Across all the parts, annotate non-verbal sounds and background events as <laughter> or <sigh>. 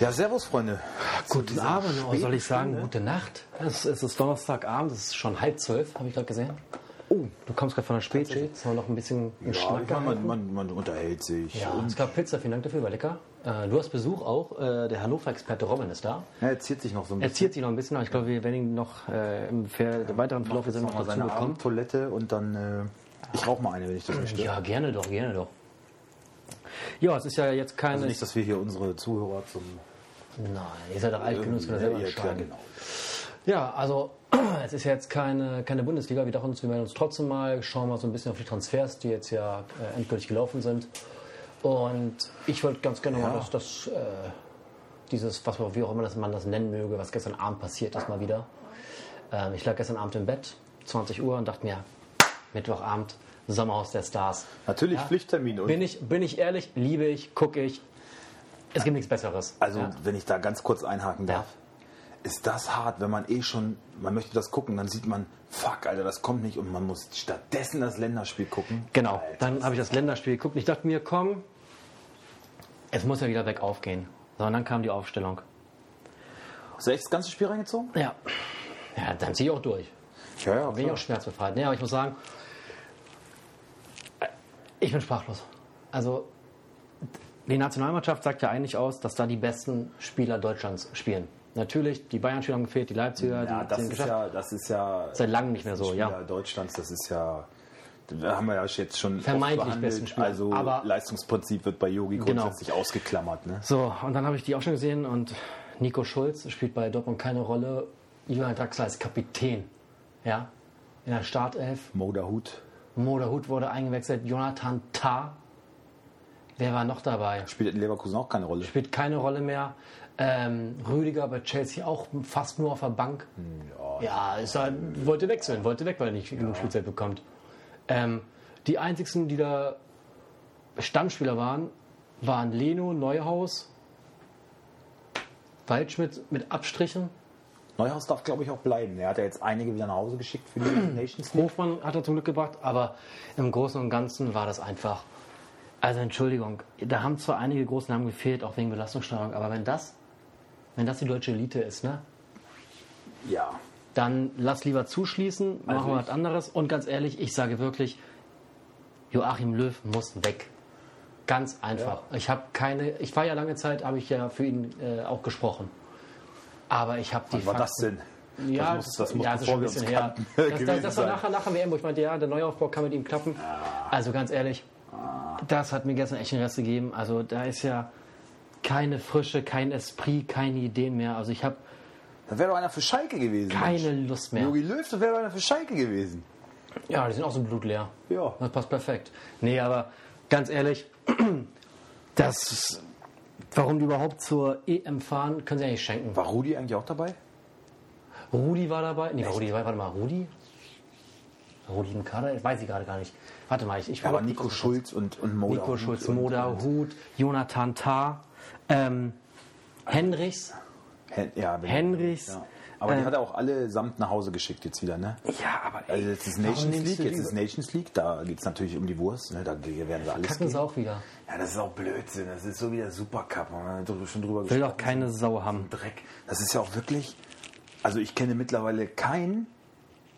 Ja, servus, Freunde. ne? Guten Abend, oder soll ich sagen, Stunde. gute Nacht? Es, es ist Donnerstagabend, es ist schon halb zwölf, habe ich gerade gesehen. Oh, du kommst gerade von der Spätschicht, jetzt haben wir noch ein bisschen einen Ja, Schnack ich meine, man, gehalten. man, man unterhält sich. Ja, und es gab Pizza, vielen Dank dafür, war lecker. Äh, du hast Besuch auch, äh, der Hannover-Experte Robin ist da. er erzählt sich noch so ein Er bisschen. ziert sich noch ein bisschen, aber ich glaube, wir werden ihn noch äh, im Ver weiteren Verlauf der Sendung noch dazu seine bekommen. Abendtoilette und dann. Äh, ich rauche mal eine, wenn ich das möchte. Ja, gerne doch, gerne doch. Ja, es ist ja jetzt keine... Also nicht, dass wir hier unsere Zuhörer zum. Nein, ihr seid doch alt genug, das könnt ihr selber Ja, entscheiden. genau. Ja, also <clears throat> es ist ja jetzt keine, keine Bundesliga. Wir dachten uns, wir melden uns trotzdem mal, schauen mal so ein bisschen auf die Transfers, die jetzt ja äh, endgültig gelaufen sind. Und ich wollte ganz gerne mal, dass das, äh, dieses, was man, wie auch immer das man das nennen möge, was gestern Abend passiert ist, mal wieder. Ähm, ich lag gestern Abend im Bett, 20 Uhr, und dachte mir, Mittwochabend, Sommerhaus der Stars. Natürlich Pflichttermin. Und Bin ich, bin ich ehrlich, liebe ich, gucke ich. Es gibt nichts Besseres. also, ja. wenn ich da ganz kurz einhaken darf. Ist das hart, wenn man eh schon, man möchte das gucken, dann sieht man, fuck, Alter, das kommt nicht und man muss stattdessen das Länderspiel gucken. Genau, Alter. dann habe ich das Länderspiel geguckt und ich dachte mir, komm, es muss ja wieder bergauf gehen. So, und dann kam die Aufstellung. Hast du echt das ganze Spiel reingezogen? Ja. Ja, dann ziehe ich auch durch. Ja, ja. Bin ich klar. auch schmerzbefreit. Nee, aber ich muss sagen, ich bin sprachlos. Also, die Nationalmannschaft sagt ja eigentlich aus, dass da die besten Spieler Deutschlands spielen. Natürlich, die Bayern-Spieler haben gefehlt, die Leipziger, Ja, die das sind ist geschafft. ja, das ist ja Seit langem nicht mehr so, Spieler ja. Deutschlands, das ist ja, da haben wir ja jetzt schon oft Vermeintlich behandelt. besten Spieler, Also aber- Leistungsprinzip wird bei Yogi Genau. grundsätzlich ausgeklammert. Ne? So, und dann habe ich die auch schon gesehen und Nico Schulz spielt bei Dortmund keine Rolle. Julian Draxler ist Kapitän. Ja, in der Startelf. Moderhut Moda Hut wurde eingewechselt. Jonathan Tah. Wer war noch dabei? spielt in Leverkusen auch keine Rolle. Spielt keine Rolle mehr. Ähm, Rüdiger bei Chelsea auch fast nur auf der Bank. Ja, ist halt, wollte wechseln, wollte weg, weil er nicht genug Spielzeit bekommt. Ähm, die einzigsten, die da Stammspieler waren, waren Leno, Neuhaus, Waldschmidt mit Abstrichen. Neuhaus darf, glaube ich, auch bleiben. Er hat ja jetzt einige wieder nach Hause geschickt für die <clears throat> Nations League. Hofmann hat er zum Glück gebracht, aber im Großen und Ganzen war das einfach. Also Entschuldigung, da haben zwar einige große Namen gefehlt, auch wegen Belastungssteuerung, aber wenn das, wenn das die deutsche Elite ist, ne, Ja, dann lass lieber zuschließen, machen wir Also ich- was anderes. Und ganz ehrlich, ich sage wirklich, Joachim Löw muss weg. Ganz einfach. Ich habe keine, ich war ja lange Zeit, habe ich ja für ihn äh, auch gesprochen. Aber ich habe die was war das Fakten- denn? ja, das muss, das muss ja, das ist schon bevor ein wir uns bisschen her. kannten Das, das, gewesen das war sein. Ah. nachher, nachher WM, wo ich meinte, ja, der Neuaufbau kann mit ihm klappen. Also ganz ehrlich, das hat mir gestern echt den Rest gegeben. Also da ist ja keine Frische, kein Esprit, keine Ideen mehr. Also ich habe Da wäre doch einer für Schalke gewesen. keine Mensch. Lust mehr. Jogi Löw, da wäre doch einer für Schalke gewesen. Ja, die sind auch so blutleer. Ja. Das passt perfekt. Nee, aber ganz ehrlich, <clears throat> das, warum die überhaupt zur EM fahren, können sie ja nicht schenken. War Rudi eigentlich auch dabei? Rudi war dabei. Nee, war Rudi dabei, warte mal, Rudi? War Rudi im Kader? Weiß ich gerade gar nicht. Warte mal, ich... ich Ja, aber Nico Schulz und, und Moda. Nico Schulz, Moda, Hut, Jonathan Tah, ähm, Henrichs. Hen ja, wenn- Henrichs. Ja. Aber die Ähm, hat er auch alle samt nach Hause geschickt jetzt wieder, ne? Ja, aber ey, Also jetzt ist warum Nations nimmst League, du jetzt die- ist Nations League, da geht es natürlich um die Wurst, ne? da werden wir alles Kacken gehen. sie auch wieder. Ja, das ist auch Blödsinn, das ist so wie der Supercup, haben wir schon drüber Will gesprochen. doch keine Sau haben. Dreck. Das ist ja auch wirklich, also ich kenne mittlerweile keinen,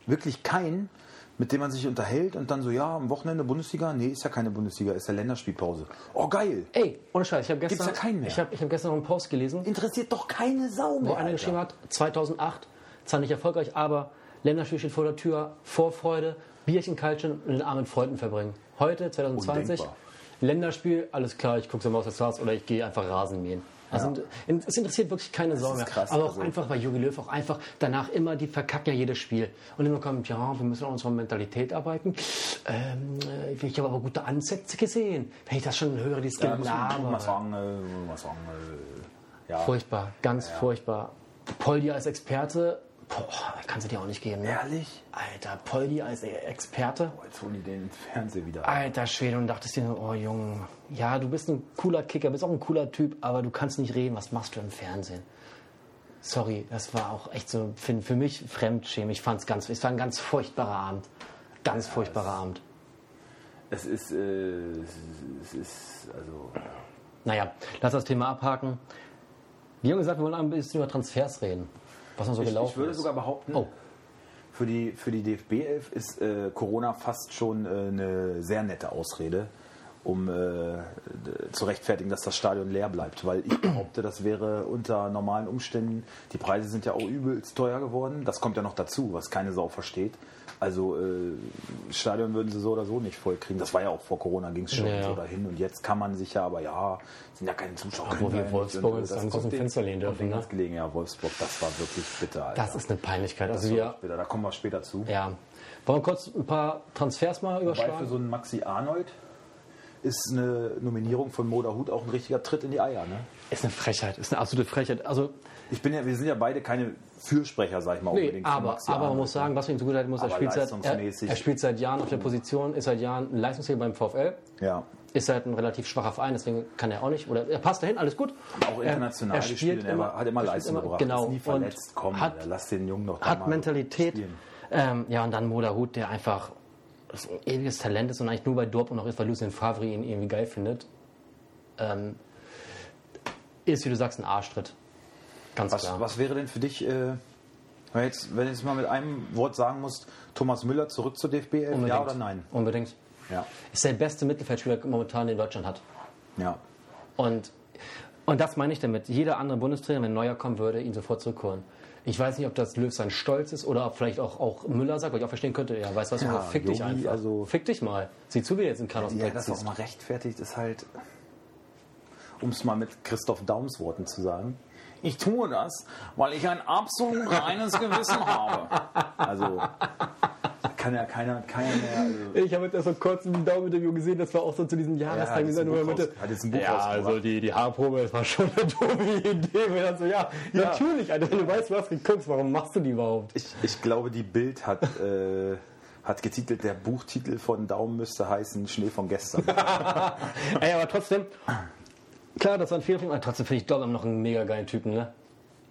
wirklich keinen, mit dem man sich unterhält und dann so, ja, am Wochenende Bundesliga, nee, ist ja keine Bundesliga, ist ja Länderspielpause. Oh, geil, Ey, ohne Scheiß, ich habe gestern, ja keinen mehr. ich hab, ich hab gestern noch einen Post gelesen. interessiert doch keine Sau wo mehr, einer geschrieben Alter. hat, 2008, zwar nicht erfolgreich, aber Länderspiel steht vor der Tür, Vorfreude, Bierchen kaltschen und den Abend mit Freunden verbringen. Heute, 2020, Undenkbar. Länderspiel, alles klar, ich gucke so mal aus der Stars oder ich gehe einfach Rasen mähen. Also, in- Es interessiert wirklich keine Sorge mehr. krass, aber auch also- einfach bei Jogi Löw, auch einfach danach immer, die verkacken ja jedes Spiel. Und immer kommt, ja, wir müssen an unserer Mentalität arbeiten. Ähm, äh, ich habe aber gute Ansätze gesehen. Wenn ich das schon höre, dieses Ja, muss man- muss Gelaber. man sagen, äh, muss man sagen, äh, ja. Furchtbar, ganz furchtbar. Poldi als Experte, boah, kannst du dir auch nicht geben. Ne? Ehrlich? Alter, Poldi als Experte. Jetzt holen die den Fernseher wieder. Alter Schwede, und dachtest dir, nur, oh Junge, ja, du bist ein cooler Kicker, bist auch ein cooler Typ, aber du kannst nicht reden, was machst du im Fernsehen? Sorry, das war auch echt so für, für mich Fremdschämen. Ich fand's ganz, es war ein ganz furchtbarer Abend. Ganz furchtbarer Abend. Es ist, äh, es ist, es ist also, Naja, lass das Thema abhaken. Wir haben gesagt, wir wollen ein bisschen über Transfers reden. Was noch so Ich, gelaufen ich würde ist. sogar behaupten, Oh. für die, für die DFB 11 ist äh, Corona fast schon äh, eine sehr nette Ausrede, um äh, d- zu rechtfertigen, dass das Stadion leer bleibt. Weil ich behaupte, das wäre unter normalen Umständen, die Preise sind ja auch übelst teuer geworden. Das kommt ja noch dazu, was keine Sau versteht. Also äh, Stadion würden sie so oder so nicht vollkriegen. Das war ja auch vor Corona, ging es schon Ja, ja. so dahin. Und jetzt kann man sich ja, aber ja, sind ja keine Zuschauer. Obwohl können wir ja Wolfsburg nicht. uns Und, äh, das dann aus dem kommt denen- Fenster lehnen kommt dürfen, denen ne? ganz gelegen. Ja, Wolfsburg, das war wirklich bitter. Alter. Das ist eine Peinlichkeit. Also Das wir, später, da kommen wir später zu. ja. Wollen wir kurz ein paar Transfers mal Wobei für überschlagen? so einen Maxi Arnold ist eine Nominierung von Moda Hut auch ein richtiger Tritt in die Eier. Ne? Ist eine Frechheit, ist eine absolute Frechheit. Also, Ich bin ja, wir sind ja beide keine Fürsprecher, sag ich mal, nee, für aber, Maxi aber man Arnold. muss sagen, was man ihm zugute halten muss, er Aber spielt, seit, er, leistungsmäßig- er spielt seit Jahren auf der Position, ist seit Jahren ein Leistungsgeber beim VfL, Ja. ist halt ein relativ schwacher Verein, deswegen kann er auch nicht, oder er passt dahin, alles gut. Auch international er, er spielt gespielt, er war- hat immer er spielt Leistung gebracht, Genau, ist nie verletzt, und komm, hat Alter, lass den Jungen noch da hat mal Mentalität. spielen. Ähm, ja, und dann Moda Hut, der einfach so ein ewiges Talent ist und eigentlich nur bei Dortmund noch ist, weil Lucien Favre ihn irgendwie geil findet. Ähm, ist, wie du sagst, ein Arschtritt. Ganz Was, klar. was wäre denn für dich, äh, wenn, jetzt, wenn du jetzt mal mit einem Wort sagen musst, Thomas Müller zurück zur DFB 11, ja oder nein? Unbedingt. Ja. Ist der beste Mittelfeldspieler momentan, den Deutschland hat. ja. Und, und das meine ich damit. Jeder andere Bundestrainer, wenn ein neuer kommen würde, ihn sofort zurückholen. Ich weiß nicht, ob das Löw sein Stolz ist oder ob vielleicht auch, auch Müller sagt, weil ich auch verstehen könnte, ja, weißt du was, Junge, fick dich Jogi, einfach. also- fick dich mal. Sieh zu, wie du jetzt in Carlos Ja, ja, das auch mal rechtfertigt, ist halt, um es mal mit Christoph Daums Worten zu sagen, ich tue das, weil ich ein absolut reines Gewissen habe. Also kann ja keiner, keiner mehr. Also, Ich habe jetzt erst vor kurzem ein Daumeninterview gesehen, das war auch so zu diesem Jahrestag, hat jetzt dieser ein nur Buch Mitte. raus- hat jetzt ein Buch ja, rausgebracht. also die, die Haarprobe, das war schon eine doofe Idee. Wir dann so, ja, natürlich, Alter, wenn du weißt, du hast geguckt, warum machst du die überhaupt? ich, ich glaube, die Bild hat, äh, hat getitelt, der Buchtitel von Daum müsste heißen Schnee von gestern. <laughs> Ey, aber trotzdem, klar, das war ein Fehler, von ihm, aber trotzdem finde ich Dollam noch einen mega geilen Typen, ne?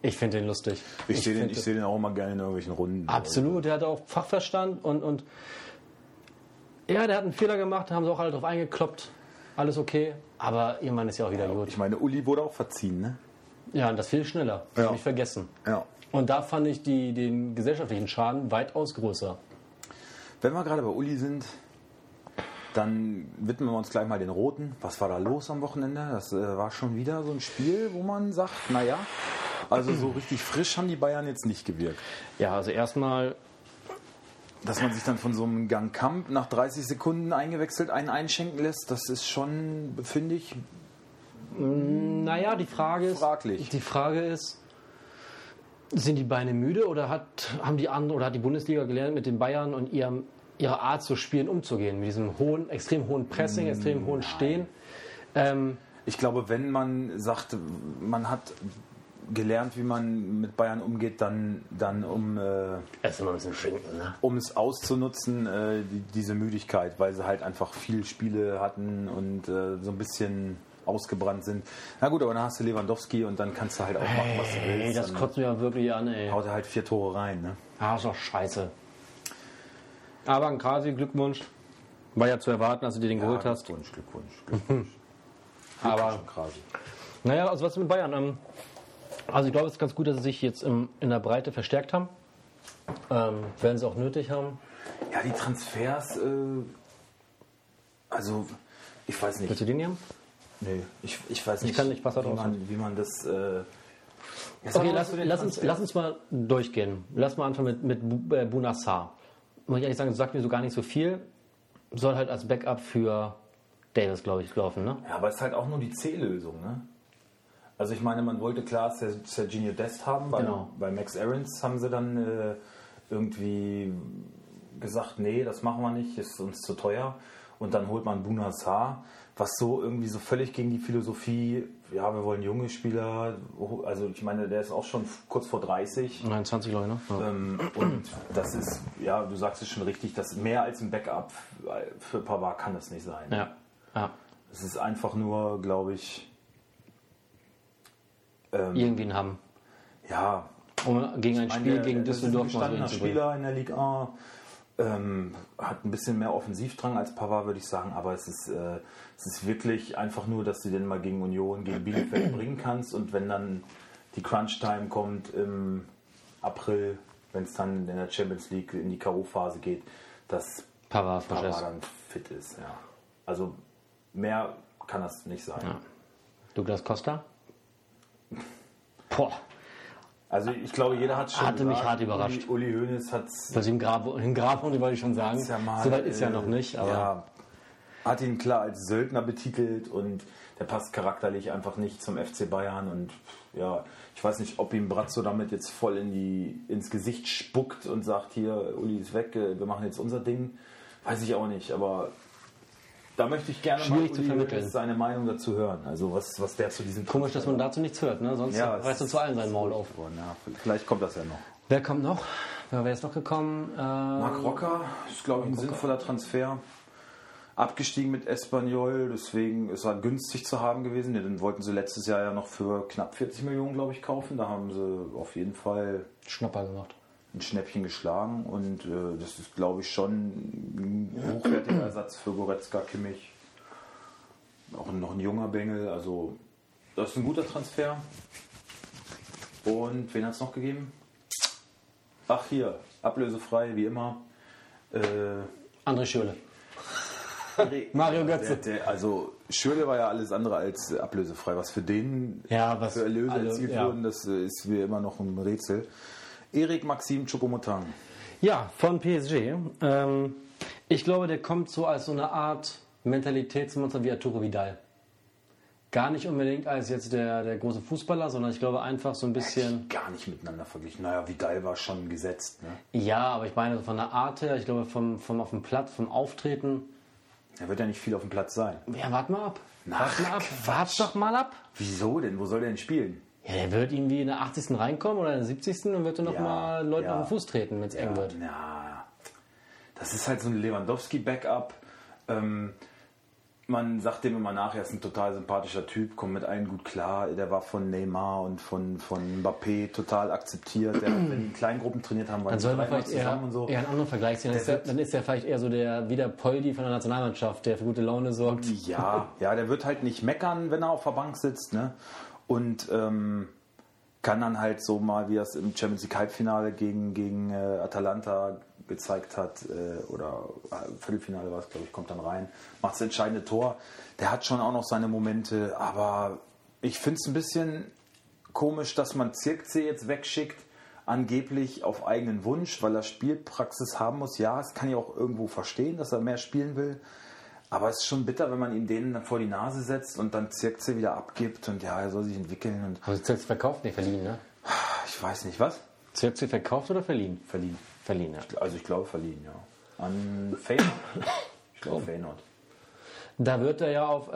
Ich finde den lustig. Ich sehe den, finde- ich seh den auch immer gerne in irgendwelchen Runden. Absolut, der hatte auch Fachverstand und, und ja, der hat einen Fehler gemacht, da haben sie auch alle drauf eingekloppt. Alles okay, aber irgendwann ist ja auch wieder gut. Ich meine, Uli wurde auch verziehen, ne? Ja, und das viel schneller. Ja. Hab ich vergessen. Ja. Und da fand ich die, den gesellschaftlichen Schaden weitaus größer. Wenn wir gerade bei Uli sind, dann widmen wir uns gleich mal den Roten. Was war da los am Wochenende? Das äh, war schon wieder so ein Spiel, wo man sagt, naja, also so richtig frisch haben die Bayern jetzt nicht gewirkt. Ja, also erstmal, Dass man sich dann von so einem Gang Kamp nach 30 Sekunden eingewechselt einen einschenken lässt, das ist schon, finde ich, naja, die Frage ist, Fraglich. die Frage ist, sind die Beine müde oder hat, haben die anderen oder hat die Bundesliga gelernt, mit den Bayern und ihrem, ihrer Art zu spielen umzugehen, mit diesem hohen, extrem hohen Pressing, extrem hohen Stehen? Ähm, Ich glaube, wenn man sagt, man hat gelernt, wie man mit Bayern umgeht, dann, dann um. Äh, Erst mal ein bisschen schinken, ne? um es auszunutzen, äh, die, diese Müdigkeit, weil sie halt einfach viel Spiele hatten und äh, so ein bisschen ausgebrannt sind. Na gut, aber dann hast du Lewandowski und dann kannst du halt auch machen, was du Ey, willst. das dann kotzt mir ja wirklich an, ey. haut er halt vier Tore rein. Ne? Ah, ist doch scheiße. Aber an Kasi, Glückwunsch. War ja zu erwarten, als du dir den geholt Ja, hast. Glückwunsch, Glückwunsch. <laughs> Glückwunsch. Aber Krass. naja, also was mit Bayern? Ähm, also ich glaube, es ist ganz gut, dass sie sich jetzt im, in der Breite verstärkt haben. Ähm, werden sie auch nötig haben. Ja, die Transfers, äh, also ich weiß nicht. Willst du den nehmen? Nee, ich, ich weiß nicht, kann nicht Wasser wie, draus man, wie man das... Äh, Ja, sag Okay, mal was lass, zu den lass, uns, Transfers. lass uns mal durchgehen. Lass mal anfangen mit, mit Bu- äh, Bunassar. Muss ich ehrlich sagen, sagt mir so gar nicht so viel. Soll halt als Backup für Davis, glaube ich, laufen, ne? Ja, aber es ist halt auch nur die C-Lösung, ne? Also ich meine, man wollte klar Ser- Serginho Dest haben, bei, Genau. bei Max Aarons haben sie dann äh, irgendwie gesagt, nee, das machen wir nicht, ist uns zu teuer. Und dann holt man Bunasar, was so irgendwie so völlig gegen die Philosophie, ja, wir wollen junge Spieler, also ich meine, der ist auch schon f- kurz vor 30. 29 Leute, ne? Ja. Ähm, und das ist, ja, du sagst es schon richtig, das mehr als ein Backup äh, für Pavard kann es nicht sein. Ja. ja. Es ist einfach nur, glaube ich, Ähm, Irgendwen haben. ja, Um gegen ein ein Spiel gegen Düsseldorf mal so gestandener hinzubringen. Spieler in der Liga A, ähm, hat ein bisschen mehr Offensivdrang als Pavard, würde ich sagen, aber es ist, äh, es ist wirklich einfach nur, dass du den mal gegen Union, gegen Bielefeld bringen kannst und wenn dann Die Crunch-Time kommt im April, wenn es dann in der Champions League in die K.O.-Phase geht, dass Para Papa Francesco. dann fit ist. Ja. Also mehr kann das nicht sein. Ja. Douglas Costa? Boah, Also ich glaube, jeder hat schon Hatte mich hart überrascht. Uli, Uli Hoeneß hat es was im Grab, im Grab und wollte ich schon sagen. ja mal... so weit ist ja äh, noch nicht, aber ja, hat ihn klar als Söldner betitelt und der passt charakterlich einfach nicht zum FC Bayern. Und ja, ich weiß nicht, ob ihm Brazzo damit jetzt voll in die, ins Gesicht spuckt und sagt, hier, Uli ist weg, äh, wir machen jetzt unser Ding. Weiß ich auch nicht, aber... Da möchte ich gerne Schwierig zu Uli vermitteln. Hoeneß seine Meinung dazu hören. Also was, was der zu diesem komisch, dass man dazu nichts hört, ne? Sonst Ja, es reißt er ist- zu allen sein Maul auf. Oh, na, vielleicht kommt das ja noch. Wer kommt noch? Wer wäre jetzt noch gekommen? Äh, Marc Rocker ist, glaube ich, ein sinnvoller Transfer. Abgestiegen mit Espanyol, deswegen ist er günstig zu haben gewesen. Den wollten sie letztes Jahr ja noch für knapp 40 Millionen, glaube ich, kaufen. Da haben sie auf jeden Fall Schnapper gemacht. ein Schnäppchen geschlagen und äh, das ist, glaube ich, schon ein hochwertiger Ersatz für Goretzka, Kimmich. Auch noch ein junger Bengel, also das ist ein guter Transfer. Und wen hat es noch gegeben? Ach hier, ablösefrei, wie immer. Äh, André Schürle. André- Mario Götze. Der, der, also Schöle war ja alles andere als äh, ablösefrei. Was für den Ja, was für Erlöse alle- erzielt ja. wurden, das äh, ist mir immer noch ein Rätsel. Erik Maxim Choupo-Moting. Ja, von PSG. Ähm, ich glaube, der kommt so als so eine Art Mentalitätsmonster wie Arturo Vidal. Gar nicht unbedingt als jetzt der, der große Fußballer, sondern ich glaube einfach so ein bisschen. gar nicht miteinander verglichen. Naja, Vidal war schon gesetzt. Ne? Ja, aber ich meine, so von der Art her, ich glaube, vom, vom auf dem Platz, vom Auftreten. Er wird ja nicht viel auf dem Platz sein. Ja, wart mal ab. Na, wart mal ab. Quatsch. Wart doch mal ab. Wieso denn? Wo soll der denn spielen? Ja, der wird irgendwie in der 80. reinkommen oder in der 70. und wird dann Ja, nochmal Leuten ja. auf den Fuß treten, wenn es eng wird. Na, das ist halt so ein Lewandowski-Backup. Ähm, man sagt dem immer nach, er ist ein total sympathischer Typ, kommt mit allen gut klar. Der war von Neymar und von, von Mbappé total akzeptiert. Der hat, wenn die in Kleingruppen trainiert haben, waren Dann soll man dreimal vielleicht eher, zusammen und so. eher einen anderen Vergleich ziehen. Dann ist, der, wird- dann ist er vielleicht eher so der wieder Poldi von der Nationalmannschaft, der für gute Laune sorgt. Ja, ja, der wird halt nicht meckern, wenn er auf der Bank sitzt, ne? Und ähm, kann dann halt so mal, wie er es im Champions League Halbfinale gegen, gegen äh, Atalanta gezeigt hat, äh, oder äh, Viertelfinale war es, glaube ich, kommt dann rein, macht das entscheidende Tor. Der hat schon auch noch seine Momente, aber ich finde es ein bisschen komisch, dass man Zirkzee jetzt wegschickt, angeblich auf eigenen Wunsch, weil er Spielpraxis haben muss. Ja, das kann ich auch irgendwo verstehen, dass er mehr spielen will. Aber es ist schon bitter, wenn man ihm denen dann vor die Nase setzt und dann Zirkzee wieder abgibt und ja, er soll sich entwickeln und Haben Sie Zirkzee verkauft? Nee, verliehen, ne? ich weiß nicht was. Zirkzee verkauft oder verliehen? Verliehen. Verliehen, ja. Also ich glaube verliehen, ja. An Feyenoord. Ich glaube Feyenoord. Da wird er ja auf. Äh,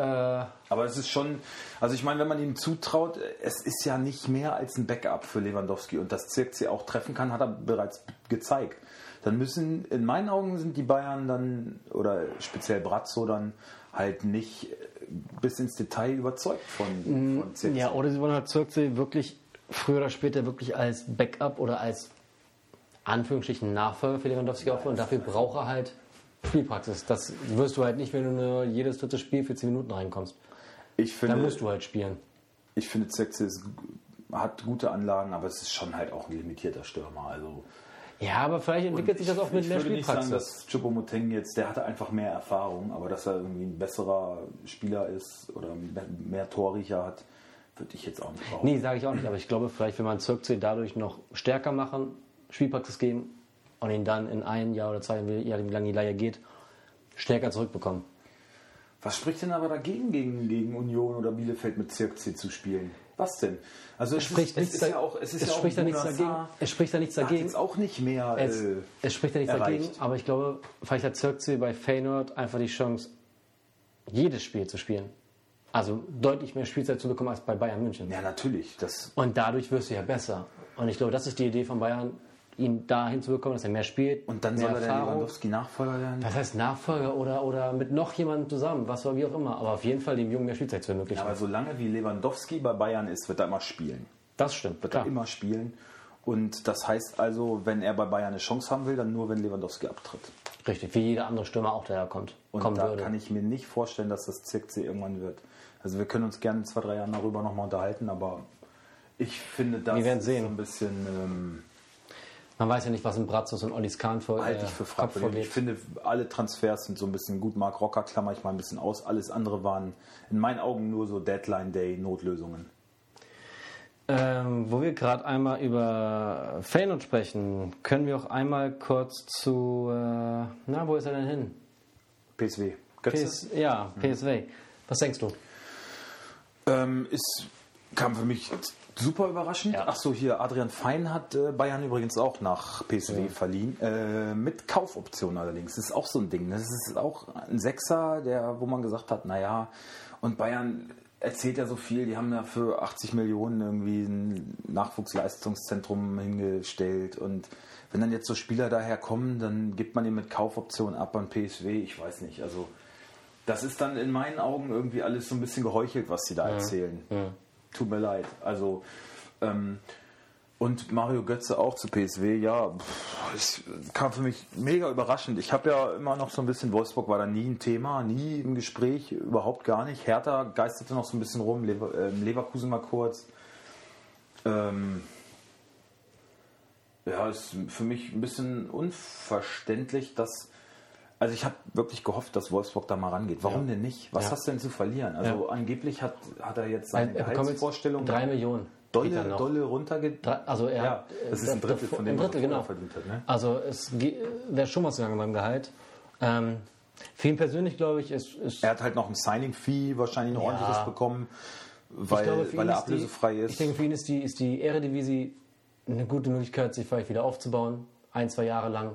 Aber es ist schon, also ich meine, wenn man ihm zutraut, es ist ja nicht mehr als ein Backup für Lewandowski und dass Zirkzee auch treffen kann, hat er bereits gezeigt. Dann müssen, in meinen Augen sind die Bayern dann, oder speziell Brazzo dann, halt nicht äh, bis ins Detail überzeugt von, von Zirkzee. Mhm. ja, oder sie wollen halt Zirkzee wirklich früher oder später wirklich als Backup oder als Anführungsstrichen Nachfolger für Lewandowski aufbauen. Und dafür braucht er halt Spielpraxis. Das wirst du halt nicht, wenn du nur jedes dritte Spiel für 10 Minuten reinkommst. Ich Dann finde, musst du halt spielen. ich finde Zirkzee ist, hat gute Anlagen, aber es ist schon halt auch ein limitierter Stürmer. Also Ja, aber vielleicht entwickelt sich das auch mit ich mehr würde nicht sagen, Spielpraxis. dass Choupo-Moting jetzt, der hatte einfach mehr Erfahrung, aber dass er irgendwie ein besserer Spieler ist oder mehr, mehr Torriecher hat, würde ich jetzt auch nicht brauchen. Nee, sage ich auch nicht, aber ich glaube, vielleicht will man Zirkzee dadurch noch stärker machen, Spielpraxis geben und ihn dann in ein Jahr oder zwei Jahren, je nachdem, wie lange die Leihe geht, stärker zurückbekommen. Was spricht denn aber dagegen, gegen, gegen Union oder Bielefeld mit Zirkzee zu spielen? Was denn? Also es, ist, Spricht es nichts ist da- ja auch, es ist es ja spricht auch da nichts Bouna dagegen. Sarr Es spricht da nichts hat dagegen. jetzt auch nicht mehr. Es, äh, es spricht ja nichts erreicht. dagegen, aber ich glaube, vielleicht hat Zirkzee bei Feyenoord einfach die Chance, jedes Spiel zu spielen. Also deutlich mehr Spielzeit zu bekommen als bei Bayern München. ja, natürlich. Das Und dadurch wirst du ja besser. Und ich glaube, das ist die Idee von Bayern, ihn dahin zu bekommen, dass er mehr spielt. Und dann mehr soll er der Erfahrung. Lewandowski-Nachfolger werden? Das heißt Nachfolger oder, oder mit noch jemandem zusammen, was war wie auch immer. Aber auf jeden Fall dem Jungen mehr Spielzeit zu ermöglichen. Aber solange wie Lewandowski bei Bayern ist, wird er immer spielen. das stimmt. Wird klar. er immer spielen. Und das heißt also, wenn er bei Bayern eine Chance haben will, dann nur, wenn Lewandowski abtritt. Richtig, wie jeder andere Stürmer auch daherkommt. Und kommen da würde. kann ich mir nicht vorstellen, dass das Zirkzee irgendwann wird. Also wir können uns gerne in zwei, drei Jahren darüber nochmal unterhalten, aber Ich finde das Wir werden sehen. so ein bisschen ähm, Man weiß ja nicht, was in Bratzus und Ollis Kahn vor halte äh, ich für Kopf fragwürdig. Ich vorgeht. finde, alle Transfers sind so ein bisschen gut. Mark Rocker klammer ich mal ein bisschen aus. Alles andere waren in meinen Augen nur so Deadline-Day-Notlösungen. Ähm, wo wir gerade einmal über Feyenoord sprechen, können wir auch einmal kurz zu... Äh, na, wo ist er denn hin? PSW. Götze? PS, ja, Hm. PSV. Was denkst du? Ähm, ist, kam für mich super überraschend. Ach so, hier, Adrian Fein hat äh, Bayern übrigens auch nach PSW verliehen. Äh, mit Kaufoption allerdings. Das ist auch so ein Ding. ne? Das ist auch ein Sechser, der, wo man gesagt hat, naja, und Bayern erzählt ja so viel, die haben da für 80 Millionen irgendwie ein Nachwuchsleistungszentrum hingestellt und wenn dann jetzt so Spieler daher kommen, dann gibt man ihn mit Kaufoption ab an PSW, ich weiß nicht, also das ist dann in meinen Augen irgendwie alles so ein bisschen geheuchelt, was sie da erzählen. Tut mir leid. Also, ähm, und Mario Götze auch zu PSW, ja, pff, es kam für mich mega überraschend. Ich habe ja immer noch so ein bisschen, Wolfsburg war da nie ein Thema, nie im Gespräch, überhaupt gar nicht. Hertha geisterte noch so ein bisschen rum, Lever, ähm, Leverkusen mal kurz. Ähm, ja, ist für mich ein bisschen unverständlich, dass also ich habe wirklich gehofft, dass Wolfsburg da mal rangeht. Warum denn nicht? Was Ja. hast du denn zu verlieren? Also angeblich hat, hat er jetzt seine Er bekommt jetzt Gehaltsvorstellung drei Millionen. kriegt er dolle, noch. dolle runterge... Drei- Also er, Ja, das ist ein Drittel von dem, ein was Drittel, er vorher genau. verdient hat, ne? Also es wäre schon was gegangen beim Gehalt. Ähm, für ihn persönlich, glaube ich, ist, ist Er hat halt noch ein Signing-Fee, wahrscheinlich ein ordentliches bekommen, weil, Ich glaube, für weil ihn er ist die- ablösefrei Ich ist. denke, für ihn ist die, ist die Eredivisie eine gute Möglichkeit, sich vielleicht wieder aufzubauen, ein, zwei Jahre lang.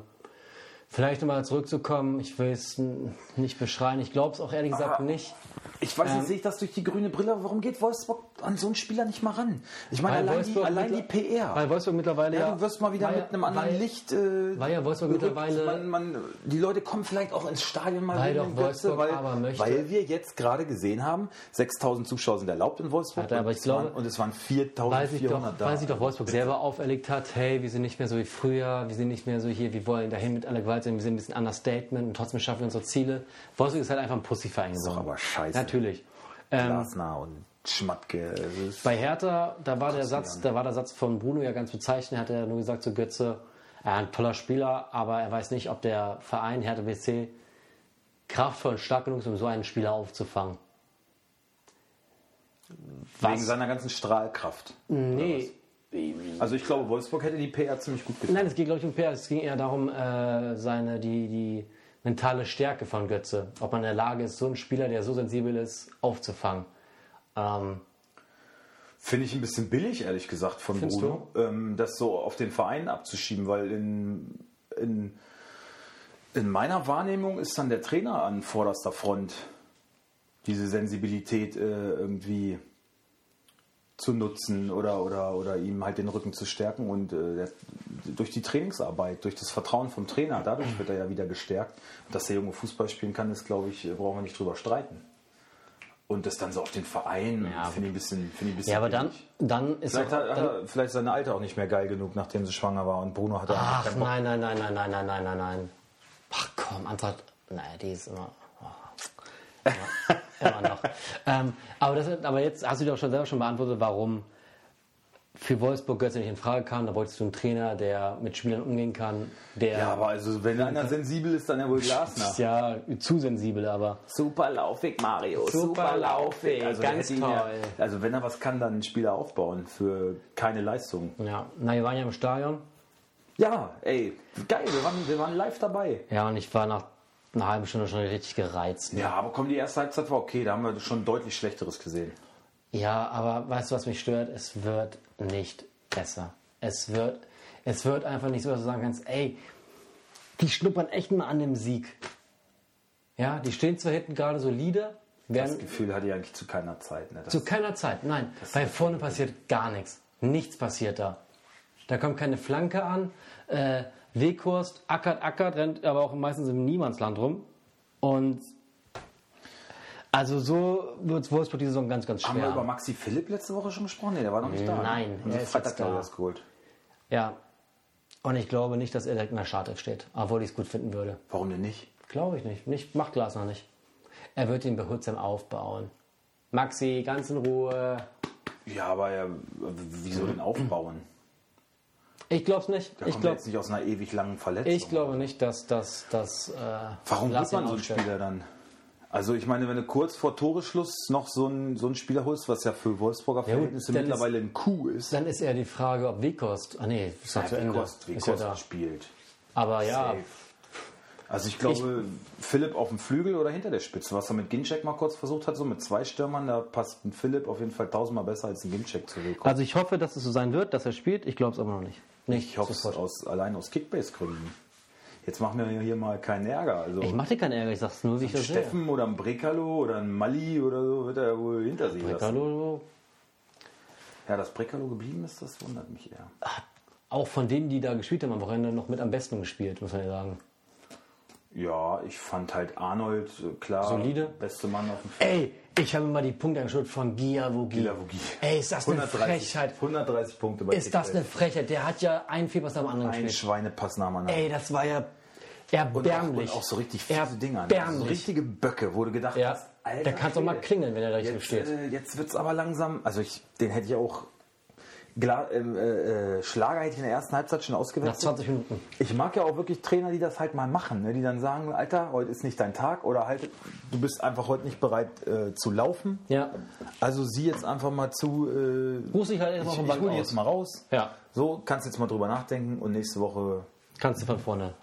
Vielleicht nochmal zurückzukommen, ich will es n- nicht beschreien, ich glaube es auch ehrlich gesagt Aber- nicht. Ich weiß Ähm, nicht, sehe ich das durch die grüne Brille, aber warum geht Wolfsburg an so einen Spieler nicht mal ran? Ich meine, allein, die, allein die mittler- PR. Weil Wolfsburg mittlerweile ah. ja, du wirst mal wieder weil- mit einem anderen weil, Licht. Äh, weil ja Wolfsburg berückt. mittlerweile- Man, man, die Leute kommen vielleicht auch ins Stadion mal Weil wegen doch dem Götze, Wolfsburg weil, aber möchte- weil wir jetzt gerade gesehen haben, 6000 Zuschauer sind erlaubt in Wolfsburg. Ja, aber und ich es waren- glaube- und es waren Weil sich, 4400 doch, da. weil sich doch Wolfsburg selber auferlegt hat, hey, wir sind nicht mehr so wie früher, wir sind nicht mehr so hier, wir wollen dahin mit aller Gewalt, sondern wir sind ein bisschen Understatement und trotzdem schaffen wir unsere Ziele. Wolfsburg ist halt einfach ein Pussyverein doch geworden. aber scheiße. Natürlich. Ähm, Glasner und Schmatke. Also es- Bei Hertha, da war, der Satz, da war der Satz von Bruno ja ganz bezeichnend, hat er nur gesagt zu Götze, er ein toller Spieler, aber er weiß nicht, ob der Verein Hertha BSC kraftvoll und stark genug ist, um so einen Spieler aufzufangen. Wegen seiner ganzen Strahlkraft. Nee, Also ich glaube, Wolfsburg hätte die PR ziemlich gut getan. nein, es ging glaube ich um Peer, es ging eher darum, äh, seine, die, die mentale Stärke von Götze, ob man in der Lage ist, so einen Spieler, der so sensibel ist, aufzufangen. Ähm, Finde ich ein bisschen billig, ehrlich gesagt, von Findest Bruno, ähm, das so auf den Verein abzuschieben, weil in, in, in meiner Wahrnehmung ist dann der Trainer an vorderster Front, diese Sensibilität äh, irgendwie zu nutzen oder, oder, oder ihm halt den Rücken zu stärken. Und äh, der, durch die Trainingsarbeit, durch das Vertrauen vom Trainer, dadurch wird er ja wieder gestärkt. Dass der Junge Fußball spielen kann, ist, glaube ich, äh, brauchen wir nicht drüber streiten. Und das dann so auf den Verein, Ja, finde ich ein bisschen, finde ich ein bisschen ja, aber dann, billig. dann ist Vielleicht doch- hat, hat dann, er vielleicht seine Alte auch nicht mehr geil genug, nachdem sie schwanger war und Bruno hatte einfach Ach keinen Bock. nein, nein, nein, nein, nein, nein, nein, nein, nein. Ach komm, Antwort. Naja, die ist immer. Oh, immer, <laughs> immer noch. Ähm, aber, das, aber jetzt hast du dir auch schon selber schon beantwortet, warum für Wolfsburg Götze nicht in Frage kam. Da wolltest du einen Trainer, der mit Spielern umgehen kann, der Ja, aber also wenn einer sensibel ist, dann ja wohl Glasner. ist ja zu sensibel, aber Super laufig, Mario. Super laufig. Also, der Ganz hätte ihn ja, toll. also wenn er was kann, dann einen Spieler aufbauen für keine Leistung. ja. Na, wir waren ja im Stadion. Ja, ey, geil, wir waren, wir waren live dabei. Ja, und ich war nach einer halben Stunde schon richtig gereizt. Ja, aber komm, die erste Halbzeit war okay, da haben wir schon deutlich Schlechteres gesehen. Ja, aber weißt du, was mich stört? Es wird nicht besser. Es wird, es wird einfach nicht so, dass du sagen kannst, ey, die schnuppern echt mal an dem Sieg. Ja, die stehen zwar hinten gerade solide, Das werden Gefühl hatte ich eigentlich zu keiner Zeit. Ne? Das, Ähm, zu keiner Zeit, nein, weil vorne passiert gar nichts. Nichts passiert da. Da kommt keine Flanke an, äh, Weghorst, ackert, ackert, rennt aber auch meistens im Niemandsland rum. Und also so wird Wolfsburg die Saison ganz, ganz schwer. haben wir über Maxi Philipp letzte Woche schon gesprochen? Nee, der war noch nicht da. ne? Nein, Haben er sie ist Freitag jetzt da. glaube ich, erst geholt. Ja. Und ich glaube nicht, dass er direkt in der Startelf steht. Obwohl ich es gut finden würde. Warum denn nicht? Glaube ich nicht. nicht macht Glasner nicht. Er wird ihn behutsam aufbauen. Maxi, ganz in Ruhe. Ja, aber ja, wieso denn aufbauen? Ich glaube es nicht. Da kommt Ich er glaube jetzt nicht aus einer ewig langen Verletzung. ich glaube nicht, dass das. Dass, äh, Warum holt Lass man ihn so einen aufstellen. Spieler dann? Also ich meine, wenn du kurz vor Toreschluss noch so einen, so einen Spieler holst, was ja für Wolfsburger gut, Verhältnisse dann ist- mittlerweile ein Coup ist, Dann ist eher die Frage, ob Wekost. Ah, nee, ist ja, zu Ende. Kost, wie ist ja Kost da. spielt. Aber ja, Safe. Also ich glaube, Philipp auf dem Flügel oder hinter der Spitze, was er mit Ginczek mal kurz versucht hat, so mit zwei Stürmern, da passt ein Philipp auf jeden Fall tausendmal besser als ein Ginczek zu Wilkost. also ich hoffe, dass es so sein wird, dass er spielt. Ich glaube es aber noch nicht. ich hoffe es aus, allein aus Kickbase-Gründen. Jetzt machen wir hier mal keinen Ärger. Also Ich mache dir keinen Ärger, ich sag's nur, wie ich das sehe. Steffen oder ein Brekalo oder ein Mali oder so wird er ja wohl hinter sich lassen. Ricardo, Ja, dass Brekalo geblieben ist, das wundert mich eher. auch von denen, die da gespielt haben am Wochenende, noch mit am besten gespielt, muss man ja sagen. Ja, ich fand halt Arnold, äh, klar, Solide. beste Mann auf dem Feld. Ey, ich habe mir mal die Punkte angeschaut von Giavogi. Gilavogi. Ey, ist das eine 130 Frechheit. 130 Punkte bei Ist das eine Frechheit? Der hat ja einen Fehlpass am anderen Ein gespielt. Schweinepass nahm er nach. Ey, das war ja und, auch, und erbärmlich. auch so richtig fiese Dinger. Ne? Also so Erbärmlich. richtige Böcke, wo du gedacht Ja, hast, Alter. der kann's doch mal Schwede. klingeln, wenn er da richtig jetzt, steht. Äh, jetzt wird's aber langsam. Also, ich, den hätte ich auch. Gla ähm, äh, äh, Schlager hätte ich in der ersten Halbzeit schon Nach ausgewechselt. 20 Minuten. Ich mag ja auch wirklich Trainer, die das halt mal machen, ne? die dann sagen, Alter, heute ist nicht dein Tag oder halt, du bist einfach heute nicht bereit äh, zu laufen. Ja. Also sieh jetzt einfach mal zu, äh, Ruß dich halt erstmal ich, vom ich Bank hol die aus. jetzt mal raus. Ja. So, kannst jetzt mal drüber nachdenken und nächste Woche Kannst du von vorne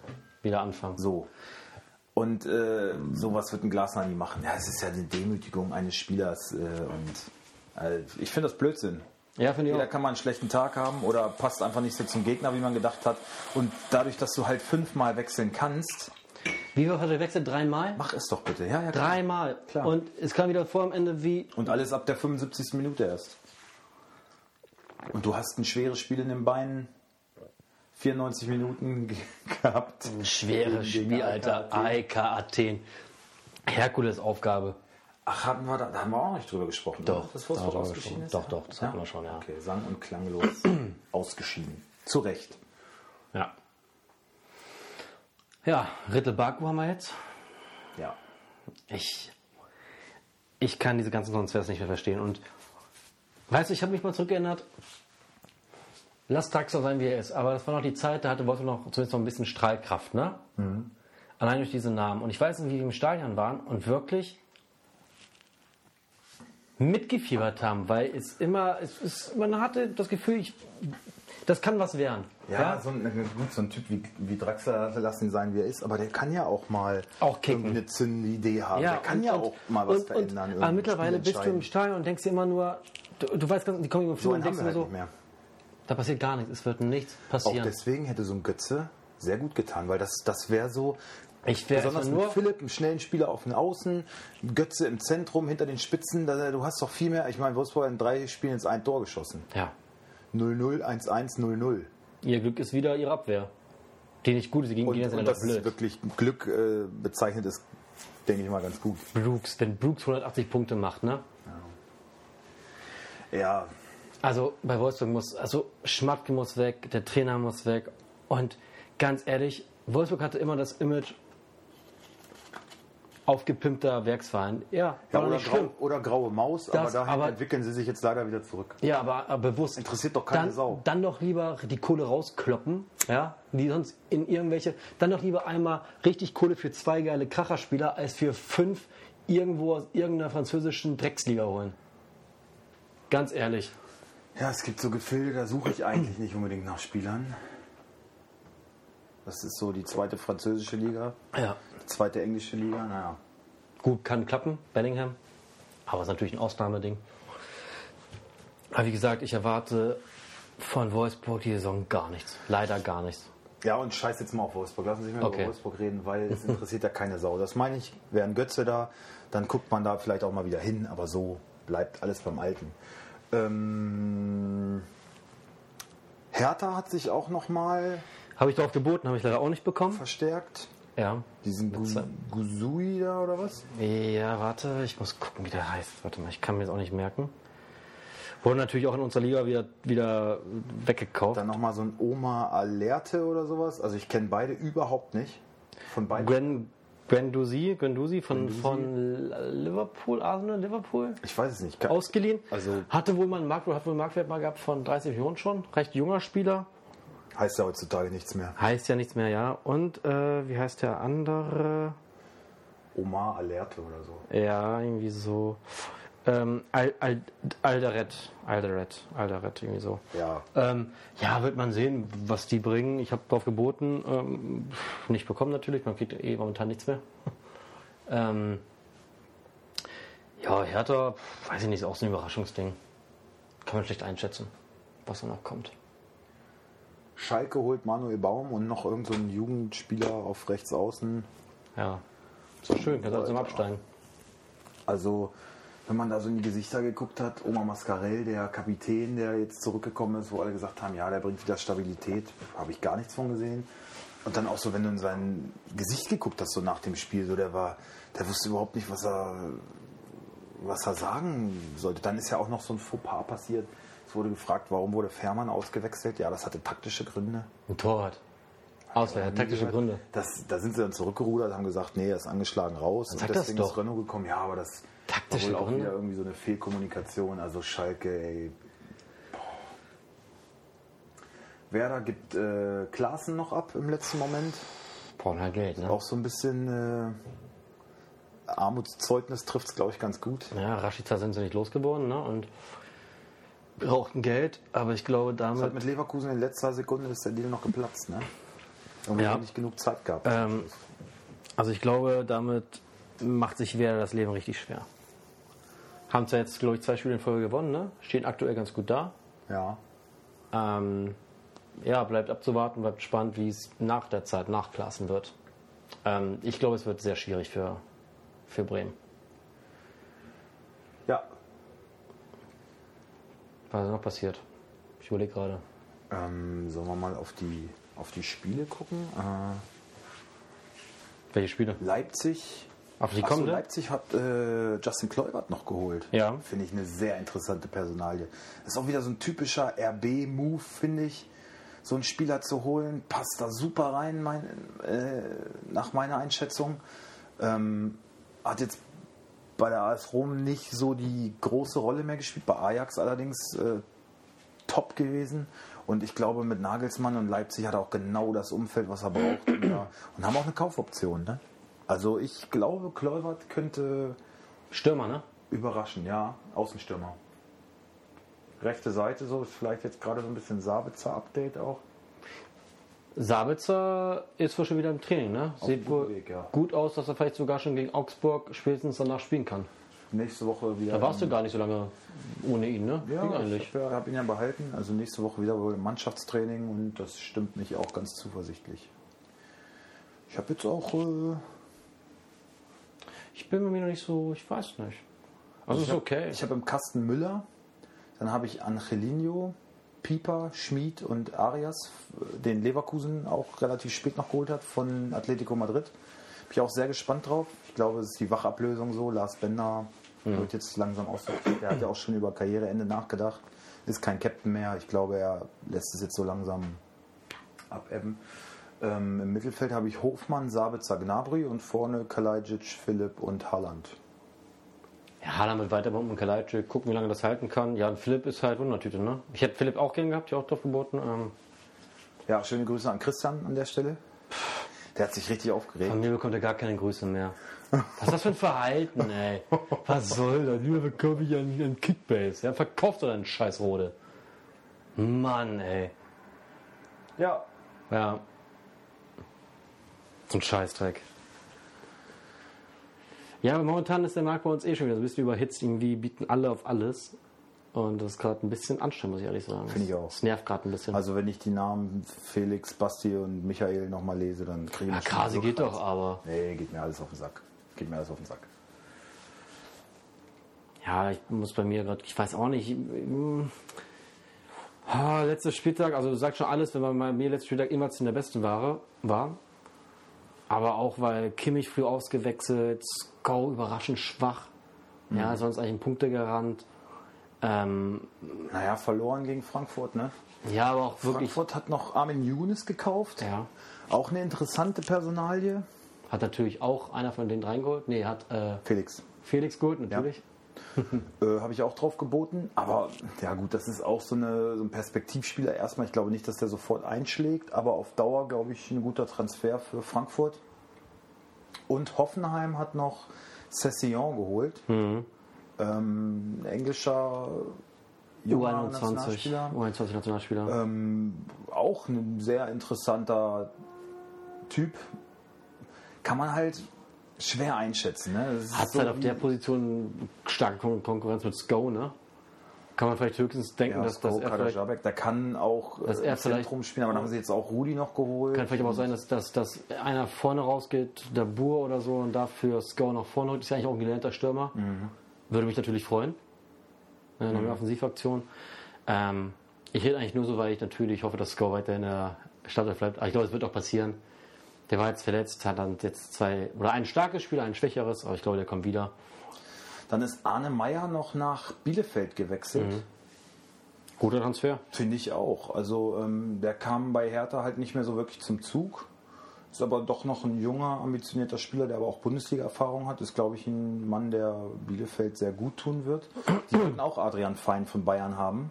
wieder anfangen. so. Und äh, sowas wird ein Glasner nie machen. Ja, es ist ja eine Demütigung eines Spielers äh, und äh, ich finde das Blödsinn. Ja, finde ich Jeder auch. kann mal einen schlechten Tag haben oder passt einfach nicht so zum Gegner, wie man gedacht hat. Und dadurch, dass du halt fünfmal wechseln kannst, Wie oft hat er gewechselt? Dreimal? Mach es doch bitte. Ja, ja, klar. Dreimal. Klar. Und es kam wieder vor am Ende wie. Und alles ab der 75. Minute erst. Und du hast ein schweres Spiel in den Beinen. 94 Minuten <laughs> ge- gehabt. Ein schweres Spiel, Alter. AEK Athen. Herkulesaufgabe. Ach, hatten wir da, da haben wir auch nicht drüber gesprochen. Doch, das da haben wir ausgeschieden gesprochen. ist. Doch, doch, das hatten wir schon, ja. Okay, sang- und <clears throat> klanglos ausgeschieden. Zu Recht. Ja. Ja, Rittel Baku haben wir jetzt. Ja. Ich, ich kann diese ganzen Transfers nicht mehr verstehen. Und weißt du, ich habe mich mal zurückgeändert. Lass Draxler sein, wie er ist. Aber das war noch die Zeit, da hatte Wolfsburg noch zumindest noch ein bisschen Strahlkraft, ne? Allein durch diese Namen. Und ich weiß nicht, wie wir im Stadion waren und wirklich mitgefiebert haben, weil es immer, es ist, man hatte das Gefühl, ich, das kann was werden. Ja, So, ein, äh, gut, so ein Typ wie, wie Draxler, lass ihn sein, wie er ist, aber der kann ja auch mal Auch kicken. irgendwie eine zündende Idee haben. der kann und- ja und- auch mal was und, verändern. Und, aber irgendwie mittlerweile ein bist Spiel du im entscheiden. Stadion und denkst dir immer nur, du, du weißt ganz, die kommen über den Flur so und einen haben denkst wir dir halt so, nicht mehr. da passiert gar nichts, es wird nichts Auch passieren. deswegen hätte so ein Götze sehr gut getan, weil das, das wäre so. Ich wär besonders erstmal nur nur- mit Philipp, einen schnellen Spieler auf den Außen, Götze im Zentrum, hinter den Spitzen. Da, du hast doch viel mehr. Ich meine, Wolfsburg hat in drei Spielen ins ein Tor geschossen. Ja, 0-0, 1-1, 0-0. ihr Glück ist wieder ihre Abwehr. Die nicht gut ist, die gegen die Und, sind und ja das doch blöd. wirklich Glück äh, bezeichnet ist, denke ich mal, ganz gut. Brooks, wenn Brooks 180 Punkte macht, ne? Ja, Also bei Wolfsburg muss, also Schmatke muss weg, der Trainer muss weg. Und ganz ehrlich, Wolfsburg hatte immer das Image aufgepimpter Werksverein. Ja, war ja doch oder, nicht schlimm. grau, oder graue Maus, aber Das- dahin aber- entwickeln sie sich jetzt leider wieder zurück. Ja, aber, aber bewusst. Interessiert doch keine dann, Sau. Dann doch lieber die Kohle rauskloppen, ja, die sonst in irgendwelche. Dann doch lieber einmal richtig Kohle für zwei geile Kracherspieler als für fünf irgendwo aus irgendeiner französischen Drecksliga holen. Ganz ehrlich. Ja, es gibt so Gefilde, da suche ich eigentlich nicht unbedingt nach Spielern. Das ist so die zweite französische Liga, Ja. zweite englische Liga, naja. Gut, kann klappen, Bellingham. Aber ist natürlich ein Ausnahmeding. Aber wie gesagt, ich erwarte von Wolfsburg die Saison gar nichts. Leider gar nichts. Ja, und scheiß jetzt mal auf Wolfsburg. Lassen Sie sich mal Okay. über Wolfsburg reden, weil es interessiert ja keine Sau. Das meine ich, wären Götze da, dann guckt man da vielleicht auch mal wieder hin, aber so bleibt alles beim Alten. Ähm, Hertha hat sich auch nochmal Habe ich darauf geboten, habe ich leider auch nicht bekommen. verstärkt. Ja. Diesen Gu- Gusui da oder was? Ja, warte, ich muss gucken, wie der heißt. Warte mal, ich kann mir das auch nicht merken. Wurde natürlich auch in unserer Liga wieder, wieder weggekauft. Dann nochmal so ein Oma Alerte oder sowas. Also ich kenne beide überhaupt nicht. Von beiden. Gwen Guendouzi, Guendouzi von, von Liverpool, Arsenal, Liverpool, Ich weiß es nicht. Kann, ausgeliehen. Also- hatte wohl mal einen Marktwert, hat wohl einen Marktwert mal gehabt von 30 Millionen schon. Recht junger Spieler. heißt ja heutzutage nichts mehr. Heißt ja nichts mehr, ja. Und äh, wie heißt der andere? Omar Alerte oder so. Ja, irgendwie so. Ähm, Al Al Alderet. Alderet. Alderet, irgendwie so. Ja. Ähm, ja, wird man sehen, was die bringen. Ich habe drauf geboten, ähm, nicht bekommen natürlich, man kriegt eh momentan nichts mehr. <laughs> Ähm, ja, Hertha, pf, weiß ich nicht, ist auch so ein Überraschungsding. Kann man schlecht einschätzen, was da noch kommt. Schalke holt Manuel Baum und noch irgendeinen so einen Jugendspieler auf rechts außen. Ja, ist doch schön, kann trotzdem absteigen. Also, wenn man da so in die Gesichter geguckt hat, Omar Mascarell, der Kapitän, der jetzt zurückgekommen ist, wo alle gesagt haben, ja, der bringt wieder Stabilität, habe ich gar nichts von gesehen. Und dann auch so, wenn du in sein Gesicht geguckt hast, so nach dem Spiel, so der war, der wusste überhaupt nicht, was er, was er sagen sollte. Dann ist ja auch noch so ein Fauxpas passiert. Es wurde gefragt, warum wurde Fährmann ausgewechselt? Ja, das hatte taktische Gründe. Ein Torwart. Ausleiher, taktische Gründe. Das, da sind sie dann zurückgerudert, haben gesagt, nee, er ist angeschlagen raus. sag das doch. ist Renault gekommen. Ja, aber das war Taktische wohl auch Gründe? wieder irgendwie so eine Fehlkommunikation. Also Schalke, ey. Boah. Werder gibt äh, Klaassen noch ab im letzten Moment. Brauchen halt Geld, ne? Auch so ein bisschen äh, Armutszeugnis trifft es, glaube ich, ganz gut. Ja, Rashica sind sie nicht losgeworden, ne? Und brauchten Geld, aber ich glaube damit... Das hat mit Leverkusen in letzter Sekunde ist der Deal noch geplatzt, ne? Und wir Ja. haben nicht genug Zeit gehabt. Ähm, also ich glaube, damit macht sich Werder das Leben richtig schwer. Haben zwar jetzt, glaube ich, zwei Spiele in Folge gewonnen, ne? Stehen aktuell ganz gut da. ja. Ähm, ja, bleibt abzuwarten, bleibt spannend, wie es nach der Zeit nachklassen wird. Ähm, ich glaube, es wird sehr schwierig für, für Bremen. Ja. Was ist noch passiert? Ich überlege gerade. Ähm, sollen wir mal auf die, auf die Spiele gucken? Äh, Welche Spiele? Leipzig. Auf die Ach so, kommende? Leipzig hat äh, Justin Kluivert noch geholt. Ja. Finde ich eine sehr interessante Personalie. Ist auch wieder so ein typischer RB-Move, finde ich. So einen Spieler zu holen, passt da super rein, mein, äh, nach meiner Einschätzung. Ähm, hat jetzt bei der AS Rom nicht so die große Rolle mehr gespielt, bei Ajax allerdings äh, top gewesen. Und ich glaube, mit Nagelsmann und Leipzig hat er auch genau das Umfeld, was er braucht. Und, ja, und haben auch eine Kaufoption. Ne? Also ich glaube, Kloivert könnte Stürmer, ne? überraschen, ja. Außenstürmer. Rechte Seite, so ist vielleicht jetzt gerade so ein bisschen Sabitzer-Update auch. Sabitzer ist wohl schon wieder im Training, ne? Sieht gutem wohl Weg, ja. gut aus, dass er vielleicht sogar schon gegen Augsburg spätestens danach spielen kann. Nächste Woche wieder. Da warst du gar nicht so lange ohne ihn, ne? Ging Mhm. Ja, eigentlich. ich habe hab ihn ja behalten. Also nächste Woche wieder wohl Mannschaftstraining und das stimmt mich auch ganz zuversichtlich. Ich habe jetzt auch. Äh, Ich bin mir noch nicht so, ich weiß nicht. Also ist okay. Ich habe im Kasten Müller, dann habe ich Angelino, Pieper, Schmid und Arias, den Leverkusen auch relativ spät noch geholt hat von Atletico Madrid. Bin ich auch sehr gespannt drauf. Ich glaube, es ist die Wachablösung so. Lars Bender Mhm. wird jetzt langsam aussortiert. Er hat ja auch schon über Karriereende nachgedacht. Ist kein Captain mehr. Ich glaube, er lässt es jetzt so langsam abebben. Ähm, Im Mittelfeld habe ich Hofmann, Sabitzer, Gnabry und vorne Kalajic, Philipp und Haaland. ja, damit weiter mit Kalajdzic, gucken, wie lange das halten kann. Ja, und Philipp ist halt Wundertüte, ne? Ich hätte Philipp auch gern gehabt, ja auch drauf geboten. Ähm, Ja, schöne Grüße an Christian an der Stelle. Der hat sich richtig von aufgeregt. mir bekommt er gar keine Grüße mehr. Was ist das für ein Verhalten, ey? <laughs> Was soll das? Hier verkaufe ich einen, einen Kickbase. Ja, verkauft er einen Scheißrode. Mann, ey. Ja. Ja. So ein Scheißdreck. Ja, aber momentan ist der Markt bei uns eh schon wieder so ein bisschen überhitzt. Irgendwie bieten alle auf alles. Und das ist gerade ein bisschen anstrengend, muss ich ehrlich sagen. Finde ich auch. Das nervt gerade ein bisschen. Also wenn ich die Namen Felix, Basti und Michael nochmal lese, dann kriege ja, ich... Kasi geht doch, aber. Nee, geht mir alles auf den Sack. Geht mir alles auf den Sack. Ja, ich muss bei mir gerade, ich weiß auch nicht. mm, Ah, letzter Spieltag, also sagt schon alles, wenn man bei mir letzten Spieltag immer zu der Besten war, war. Aber auch, weil Kimmich früh ausgewechselt, Skau überraschend schwach. Ja, sonst eigentlich in Punkte gerannt. Ähm, Naja, verloren gegen Frankfurt, ne? ja, aber auch wirklich. Frankfurt hat noch Armin Younes gekauft. Ja. Auch eine interessante Personalie. Hat natürlich auch einer von denen reingeholt. Nee, hat äh, Felix. Felix geholt, natürlich. Äh, Habe ich auch drauf geboten. Aber ja gut, das ist auch so, eine, so ein Perspektivspieler erstmal. Ich glaube nicht, dass der sofort einschlägt, aber auf Dauer, glaube ich, ein guter Transfer für Frankfurt. Und Hoffenheim hat noch Session geholt. Mhm. Ähm, ein englischer junger U21. Nationalspieler. U21 Nationalspieler. Auch ein sehr interessanter Typ. Kann man halt schwer einschätzen. Ne? Das ist hat so halt auf wie- der Position starke Kon Konkurrenz mit Sko, ne? Kann man vielleicht höchstens denken, Ja, dass, das, dass er vielleicht, Jabek, da kann auch dass er im Zentrum vielleicht- spielen, aber dann haben sie jetzt auch Rudi noch geholt. kann vielleicht aber auch sein, dass, dass, dass einer vorne rausgeht, der Bur oder so, und dafür Sko nach vorne rückt. Ist ja eigentlich auch ein gelernter Stürmer. Würde mich natürlich freuen. Ne, Eine neue Offensivaktion. Ähm, ich rede eigentlich nur so, weil ich natürlich hoffe, dass Sko weiter in der Startelf bleibt. Aber ich glaube, es wird auch passieren. Der war jetzt verletzt, hat dann jetzt zwei, oder ein starkes Spiel, ein schwächeres, aber ich glaube, der kommt wieder. Dann ist Arne Meyer noch nach Bielefeld gewechselt. Mhm. Guter Transfer. Finde ich auch. Also ähm, der kam bei Hertha halt nicht mehr so wirklich zum Zug. Ist aber doch noch ein junger, ambitionierter Spieler, der aber auch Bundesliga-Erfahrung hat. Ist, glaube ich, ein Mann, der Bielefeld sehr gut tun wird. Die wollten auch Adrian Fein von Bayern haben.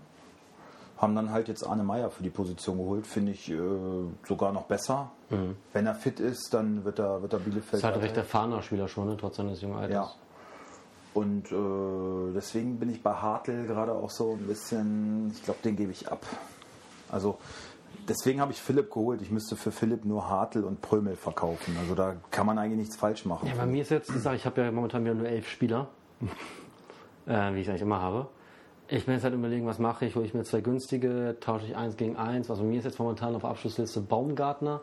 Haben dann halt jetzt Arne Meyer für die Position geholt. Finde ich äh, sogar noch besser. Wenn er fit ist, dann wird er, wird er Bielefeld. Mhm. Ist halt ein weiterhelfen. recht erfahrener Spieler schon, ne? trotz seines jungen Alters. Ja. Und äh, deswegen bin ich bei Hartl gerade auch so ein bisschen, ich glaube, den gebe ich ab. Also deswegen habe ich Philipp geholt. Ich müsste für Philipp nur Hartl und Prömel verkaufen. Also da kann man eigentlich nichts falsch machen. Ja, bei mir ist jetzt die Sache, ich habe ja momentan wieder nur elf Spieler, <laughs> äh, wie ich es eigentlich immer habe. Ich bin jetzt halt überlegen, was mache ich, hole ich mir zwei günstige, tausche ich eins gegen eins. Also mir ist jetzt momentan auf der Abschlussliste Baumgartner.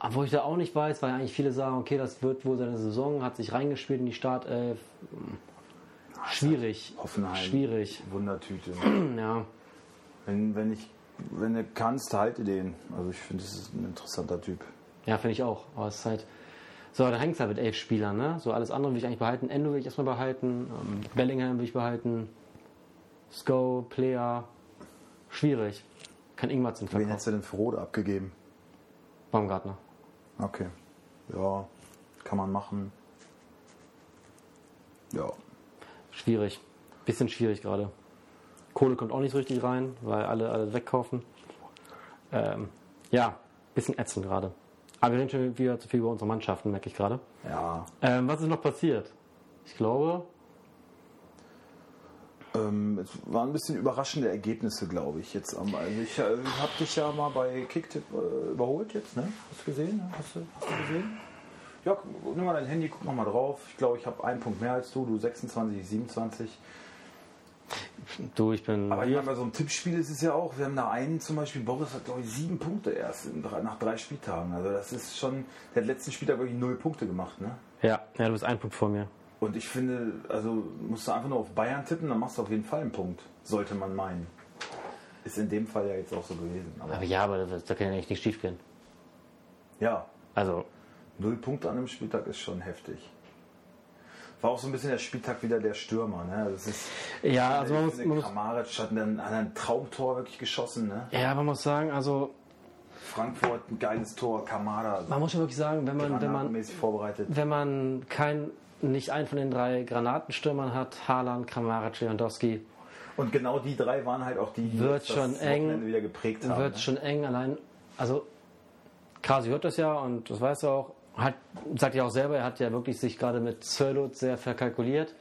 Obwohl ich da auch nicht weiß, weil eigentlich viele sagen, okay, das wird wohl seine Saison, hat sich reingespielt in die Startelf. Hm, Schwierig. Hoffenheim. Schwierig. hm, Wundertüte. Ja. Wenn, wenn, ich, wenn du kannst, halte den. Also ich finde, das ist ein interessanter Typ. Ja, finde ich auch. Aber es ist halt. So, dann hängt es halt mit elf Spielern, ne? So, alles andere will ich eigentlich behalten. Endo will ich erstmal behalten. Ähm, Bellingham will ich behalten. Sko, Player. Schwierig. Kann Ingwertsen Wen verkaufen. hättest du denn für Rode abgegeben? Baumgartner. Okay. Ja, kann man machen. Ja. Schwierig. Bisschen schwierig gerade. Kohle kommt auch nicht so richtig rein, weil alle alles wegkaufen. Ähm, ja, bisschen ätzend gerade. Aber wir reden schon wieder zu viel über unsere Mannschaften, merke ich gerade. Ja. Ähm, was ist noch passiert? Ich glaube, Ähm, es waren ein bisschen überraschende Ergebnisse, glaube ich, jetzt. am- Also ich äh, habe dich ja mal bei Kicktipp äh, überholt jetzt, ne? Hast du gesehen? Hast du, hast du gesehen? Ja, guck- nimm mal dein Handy, guck noch mal drauf. Ich glaube, ich habe einen Punkt mehr als du, du 26, 27. du, ich bin. Aber ich meine, bei so einem Tippspiel ist es ja auch, wir haben da einen zum Beispiel, Boris hat, glaube ich, sieben Punkte erst in, drei- nach drei Spieltagen. Also das ist schon, der hat letzten Spieltag wirklich null Punkte gemacht, ne? Ja, ja, du bist ein Punkt vor mir. Und ich finde, also musst du einfach nur auf Bayern tippen, dann machst du auf jeden Fall einen Punkt, sollte man meinen. Ist in dem Fall ja jetzt auch so gewesen. Aber Aber ja, aber das, da kann ja echt nicht schief gehen. ja, Also, null Punkte an einem Spieltag ist schon heftig. War auch so ein bisschen der Spieltag wieder der Stürmer. Ne? Das ist, ja, also man ich muss, finde, man muss, Kramaric hat einen, hat ein Traumtor wirklich geschossen. Ne? ja, man muss sagen, also, Frankfurt, ein geiles Tor, Kamada, man muss schon wirklich sagen, wenn man, wenn man, granatenmäßig vorbereitet. wenn man kein, nicht einen von den drei Granatenstürmern hat, Haaland, Kramaric, Lewandowski, Und genau die drei waren halt auch die, die Wird jetzt das schon eng. Wochenende wieder geprägt haben. wird ne? schon eng allein. Also, Krasi hört das ja und das weiß er auch. Hat, sagt ja auch selber, er hat ja wirklich sich gerade mit Zerlot sehr verkalkuliert.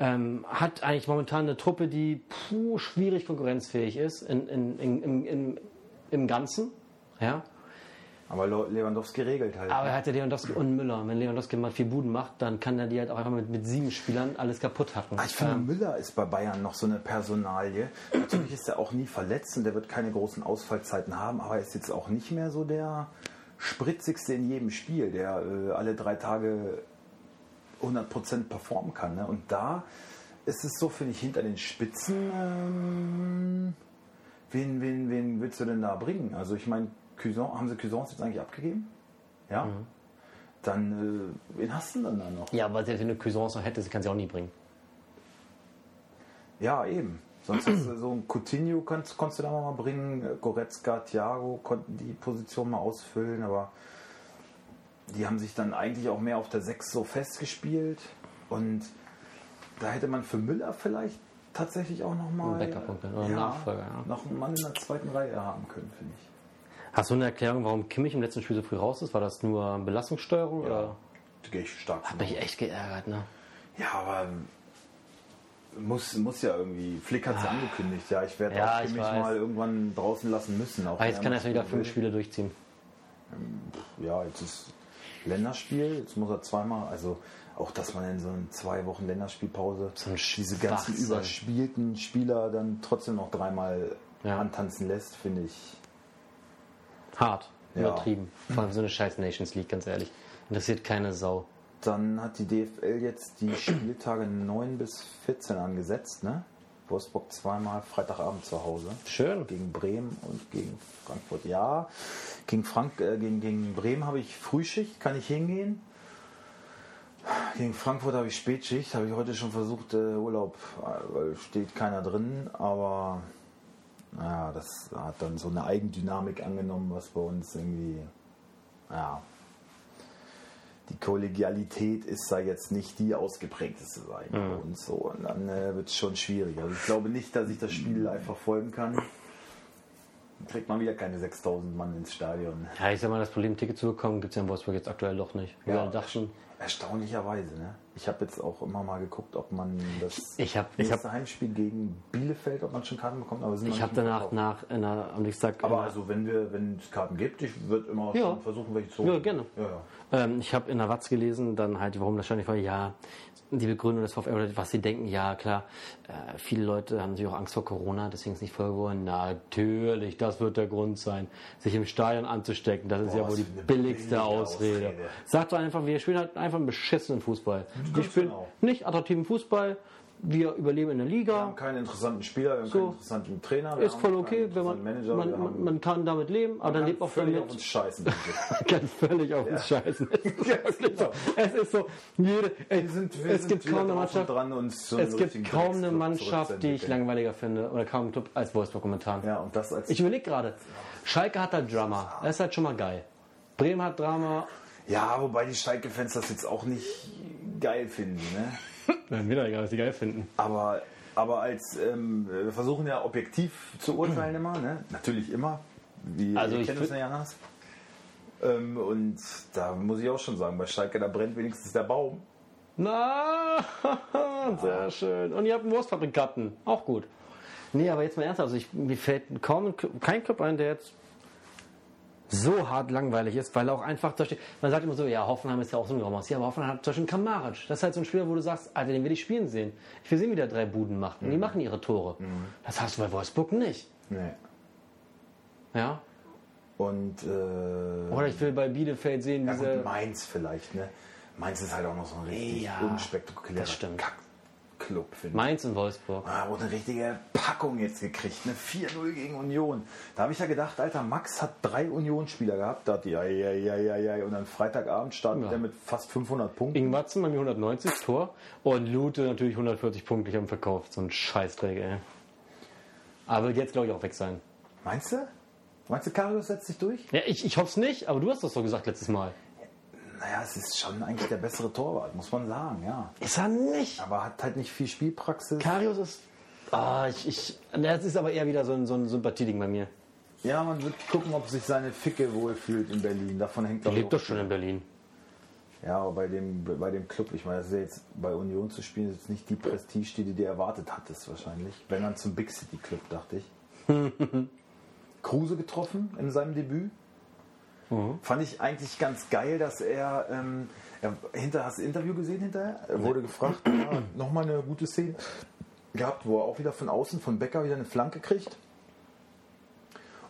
Ähm, hat eigentlich momentan eine Truppe, die puh, schwierig konkurrenzfähig ist in, in, in, im- im, im Ganzen. Ja? Aber Le- Lewandowski regelt halt. Aber er hat ja Lewandowski und Müller. Und wenn Lewandowski mal vier Buden macht, dann kann er die halt auch einfach mit, mit sieben Spielern alles kaputt hacken. Ähm, Ah, Ich finde, Müller ist bei Bayern noch so eine Personalie. Natürlich ist er auch nie verletzt und der wird keine großen Ausfallzeiten haben, aber er ist jetzt auch nicht mehr so der spritzigste in jedem Spiel, der äh, alle drei Tage 100% performen kann. Ne? Und da ist es so, finde ich, hinter den Spitzen, ähm, wen, wen, wen willst du denn da bringen? Also ich meine, Cuisance, haben sie Cuisance jetzt eigentlich abgegeben? Ja? Dann, äh, wen hast du denn da noch? ja, weil sie halt eine Cuisance noch hätte, sie kann sie auch nie bringen. Ja, eben. Sonst hast du so ein Coutinho kannst, konntest du da mal Äh, bringen, Goretzka, Thiago konnten die Position mal ausfüllen, aber die haben sich dann eigentlich auch mehr auf der 6 so festgespielt. Und da hätte man für Müller vielleicht tatsächlich auch nochmal Ein Backup-Punkt, oder einen Nachfolger, ja. noch einen Mann in der zweiten Reihe haben können, finde ich. Hast du eine Erklärung, warum Kimmich im letzten Spiel so früh raus ist? War das nur Belastungssteuerung? Oder? Da gehe ich stark von Hat mich echt geärgert, ne? Ja, aber ähm, muss, muss ja irgendwie. Flick hat es angekündigt, ja. Ich werde Ah. Ja, auch ich mich weiß. mal irgendwann draußen lassen müssen. Auch Aber jetzt wenn kann er nicht erst wieder spielen fünf Spiele durchziehen. will. Ja, jetzt ist Länderspiel, jetzt muss er zweimal, also auch dass man in so einen zwei Wochen Länderspielpause ein diese ganzen Schwachsinn. überspielten Spieler dann trotzdem noch dreimal Ja. antanzen lässt, finde ich. Hart. Ja. Übertrieben. Vor allem so eine scheiß Nations League, ganz ehrlich. Interessiert keine Sau. Dann hat die DFL jetzt <clears throat> die Spieltage 9 bis 14 angesetzt, ne? Wolfsburg zweimal Freitagabend zu Hause. Schön. Gegen Bremen und gegen Frankfurt. Ja, gegen, Frank, äh, gegen, gegen Bremen habe ich Frühschicht, kann ich hingehen. Gegen Frankfurt habe ich Spätschicht, habe ich heute schon versucht, äh, Urlaub, äh, weil steht keiner drin, aber naja, das hat dann so eine Eigendynamik angenommen, was bei uns irgendwie, ja, die Kollegialität ist da jetzt nicht die ausgeprägteste sein bei uns so. Und dann äh, wird es schon schwierig. Also ich glaube nicht, dass ich das Spiel live verfolgen kann. Dann Kriegt man wieder keine 6000 Mann ins Stadion. Ja, ich sag mal, das Problem, ein Ticket zu bekommen, gibt es ja in Wolfsburg jetzt aktuell doch nicht. Wir Ja. alle dachten, Erstaunlicherweise, ne? Ich habe jetzt auch immer mal geguckt, ob man das Ich hab- ich nächste hab- Heimspiel gegen Bielefeld, ob man schon Karten bekommt, aber sind ich noch habe nicht danach gekauft. nach, in der, am nächsten Tag. Aber in der- also wenn wir, wenn es Karten gibt, ich würde immer Ja. schon versuchen, welche zu Ja, holen. gerne. Ja, ja. Ähm, ich habe in der Watz gelesen, dann halt, warum das ständig war, ja, die Begründung des VfL, oder was sie denken, ja, klar, äh, viele Leute haben sich auch Angst vor Corona, deswegen ist nicht voll geworden. Natürlich, das wird der Grund sein, sich im Stadion anzustecken. Das ist Boah, ja wohl was die für eine billigste billige Ausrede. Ausrede. Sag doch einfach, wir spielen halt einfach einen beschissenen Fußball. Wir ganz spielen genau. nicht attraktiven Fußball, wir überleben in der Wir Liga. haben keinen interessanten Spieler, wir haben keinen interessanten Trainer. wir Ist haben voll keinen okay, wenn man, interessanten Manager, wir man, haben- man, man kann damit leben, aber dann lebt auch völlig damit. auf uns <laughs> scheißen. kann völlig auf <laughs> uns scheißen. Es ist, wirklich so. es ist so, jede, genau. Wir sind, wir es sind gibt wieder kaum drauf eine und Mannschaft, dran, uns so es einen gibt richtigen kaum eine Drecksclub Mannschaft, die ich zurückzuentwickeln. langweiliger finde oder kaum einen Club als Wolfsburg momentan. Ja, und das als. Ich überlege gerade, Schalke hat da Drama, das ist halt schon mal geil. Bremen hat Drama. ja, wobei die Schalke-Fans das jetzt auch nicht geil finden. Ne? Mir doch egal, was die geil finden. Aber, aber als. Ähm, wir versuchen ja objektiv zu urteilen immer. Ne? Natürlich immer. Wie, Also ihr ich kennt uns find- ja anders. Ähm, und da muss ich auch schon sagen, bei Schalke, da brennt wenigstens der Baum. Na, <laughs> sehr schön. Und ihr habt einen Wurstfabrikanten, auch gut. Nee, aber jetzt mal ernsthaft, also ich, mir fällt kaum ein Club- kein Club ein, der jetzt so hart langweilig ist, weil er auch einfach, zum Beispiel, man sagt immer so, ja, Hoffenheim ist ja auch so ein Graumaus. Ja, aber Hoffenheim hat zum Beispiel einen Kamaric. Das ist halt so ein Spieler, wo du sagst, Alter, den will ich spielen sehen. Ich will sehen, wie der drei Buden macht. Und die machen ihre Tore. Das hast du bei Wolfsburg nicht. Nee. Ja? Und. Äh, Oder ich will bei Bielefeld sehen, Ja, wie sie... gut, Mainz vielleicht, ne? Mainz ist halt auch noch so ein richtig Ja, unspektakulärer das stimmt. Kack-Club, finde ich. Mainz und Wolfsburg. Ah, wurde eine richtige Packung jetzt gekriegt, ne? 4-0 gegen Union. Da habe ich ja gedacht, Alter, Max hat drei Union-Spieler gehabt, da hat die, ja, ja, ja, ja, ja, und dann Freitagabend startet er mit fast 500 Punkten. Gegen Matzen bei mir 190 Tor und Lute natürlich 140 Punkte. Ich habe ihn verkauft. So ein Scheißdreck, ey. Aber wird jetzt, glaube ich, auch weg sein. Meinst du? Meinst du, Karius setzt sich durch? Ja, ich, ich hoffe es nicht, aber du hast das so gesagt letztes Mal. Naja, es ist schon eigentlich der bessere Torwart, muss man sagen, ja. Ist er nicht. Aber hat halt nicht viel Spielpraxis. Karius ist. Ah, ich, ich. Das ist aber eher wieder so ein, so ein Sympathieding bei mir. Ja, man wird gucken, ob sich seine Ficke wohlfühlt in Berlin. Davon hängt Der doch lebt doch schon in Berlin. Ja, aber bei dem, bei dem Club, ich meine, das ist ja jetzt bei Union zu spielen, ist jetzt nicht die Prestige, die du dir erwartet hattest, wahrscheinlich. Wenn dann zum Big City Club, dachte ich. Kruse getroffen in seinem Debüt. Fand ich eigentlich ganz geil, dass er, ähm, er hinter, hast du das Interview gesehen hinterher? Er wurde gefragt, ja, nochmal eine gute Szene gehabt, wo er auch wieder von außen von Becker wieder eine Flanke kriegt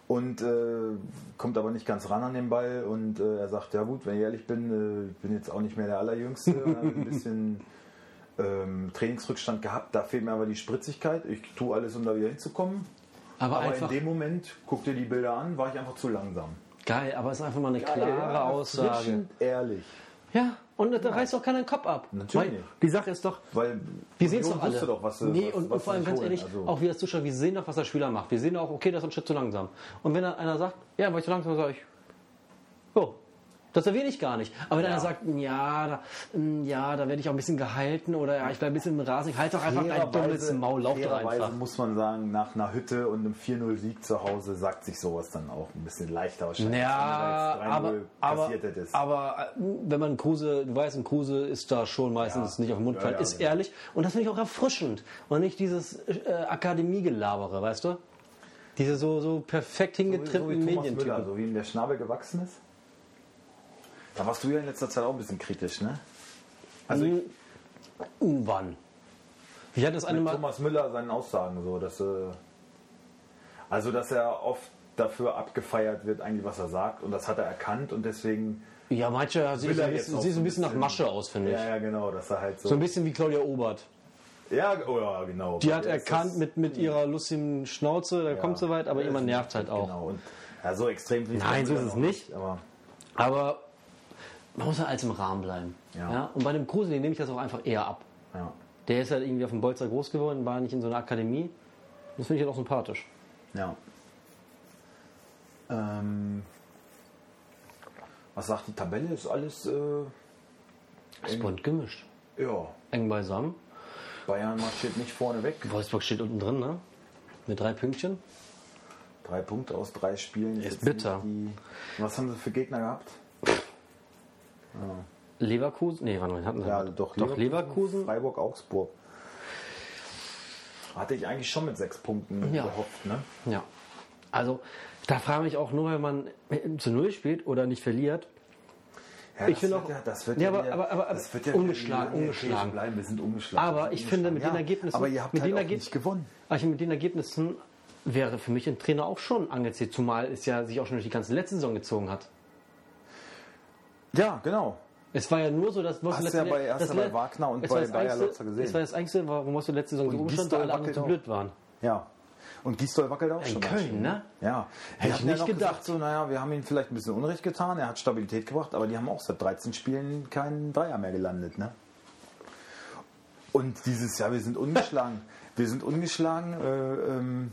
und äh, kommt aber nicht ganz ran an den Ball und äh, er sagt, ja gut, wenn ich ehrlich bin, äh, ich bin jetzt auch nicht mehr der <laughs> Allerjüngste, habe ein bisschen ähm, Trainingsrückstand gehabt, da fehlt mir aber die Spritzigkeit, ich tue alles, um da wieder hinzukommen. Aber Aber in einfach- dem Moment, guck dir die Bilder an, war ich einfach zu langsam. Geil, aber ist einfach mal eine klare Ja, Aussage. erfrischend ehrlich. Ja, und da reißt auch keiner den Kopf ab. Natürlich. Weil Die Sache ist doch, Weil Wir sehen es Union doch alle. wusste doch, was, sie- nee, was, und, was und vor sie allem sich ganz holen. ehrlich, Also- auch wir als Zuschauer, wir sehen doch, was der Spieler macht. Wir sehen auch, okay, das ist ein Schritt zu langsam. Und wenn dann einer sagt, ja, war ich zu langsam, sage ich, oh, Das erwähne ich gar nicht. Aber wenn einer sagt, ja, da, mm, ja, da werde ich auch ein bisschen gehalten oder ja, ich bleibe ein bisschen im Rasen, halt doch einfach dein dummes Maul, lauf doch fairerweise einfach. muss man sagen, nach einer Hütte und einem 4-0-Sieg zu Hause sagt sich sowas dann auch ein bisschen leichter wahrscheinlich. Wenn Ja, aber, da jetzt 3-0 aber, passiert hättest. aber äh, wenn man Kruse, du weißt, ein Kruse ist da schon meistens Ja. nicht auf den Mund Ja, gefallen, ja, ist genau. ehrlich und das finde ich auch erfrischend und nicht dieses äh, Akademiegelabere, weißt du? Diese so, so perfekt so, so wie hingetrimmten Thomas Müller, Medientypen. so wie ihm der Schnabel gewachsen ist. Da warst du ja in letzter Zeit auch ein bisschen kritisch, ne? Also Hm, ich, Wann? Ich hatte das eine mit Mal. Thomas Müller seinen Aussagen so, dass äh, also dass er oft dafür abgefeiert wird, eigentlich was er sagt und das hat er erkannt und deswegen Ja, manche sieht so Müller ein jetzt bisschen, auch sieht so so ein ein bisschen nach bisschen- Masche aus, finde ich. ja ja genau, dass er halt so, So ein bisschen wie Claudia Obert. ja oh, ja genau. Die hat Bei der ist erkannt das- mit, mit ihrer lustigen Schnauze, da kommt sie weit, aber Ja, jemand das- nervt halt auch. Genau. Und, ja, so extrem finde ich Nein, das so ist dann es auch nicht. Aber Aber man muss ja alles im Rahmen bleiben. Ja. Ja. Und bei dem Kruse, den nehme ich das auch einfach eher ab. ja. Der ist halt irgendwie auf dem Bolzer groß geworden, war nicht in so einer Akademie. Das finde ich halt auch sympathisch. ja. Ähm, was sagt die Tabelle? Ist alles äh, Ist bunt gemischt. ja. Eng beisammen. Bayern marschiert nicht vorne weg. Wolfsburg steht unten drin, ne? Mit drei Pünktchen. Drei Punkte aus drei Spielen. Ist jetzt bitter. nicht Die, was haben sie für Gegner gehabt? Leverkusen, nee, warte mal, hatten wir- doch Leverkusen. Freiburg, Augsburg. Hatte ich eigentlich schon mit sechs Punkten Ja. gehofft, ne? Ja. Also, da frage ich auch nur, wenn man zu Null spielt oder nicht verliert, Ja, Ich das finde wird auch- ja, das wird Ja, ja, aber- wieder- aber- aber- aber das wird ja ungeschlagen, wieder die lange ungeschlagen. Krise bleiben. Wir sind ungeschlagen. Aber wir sind ich finde, mit ungeschlagen. den Ergebnissen- Aber ihr habt mit halt den auch Ergebn- nicht gewonnen. Also mit den Ergebnissen wäre für mich ein Trainer auch schon angezählt, zumal es ja sich auch schon durch die ganze letzte Saison gezogen hat. Ja, genau. Es war ja nur so, dass bloß Hast letzte- ja bei- hast das ja bei le- Wagner und es war bei das Bayer Einzige- Leutzer gesehen. Es war das Einzige, warum hast du letzte Saison so umstand, weil Gisdol alle anderen zu wackelt blöd waren. Ja. Und Gisdol wackelt auch In schon. Köln, ne? Ja. Hätte ich Wir hatten ja nicht noch gedacht. Gesagt, so, naja, wir haben ihm vielleicht ein bisschen Unrecht getan. Er hat Stabilität gebracht, aber die haben auch seit 13 Spielen keinen Dreier mehr gelandet, ne? Und dieses Jahr, wir sind ungeschlagen. <laughs> wir sind ungeschlagen. Äh, ähm,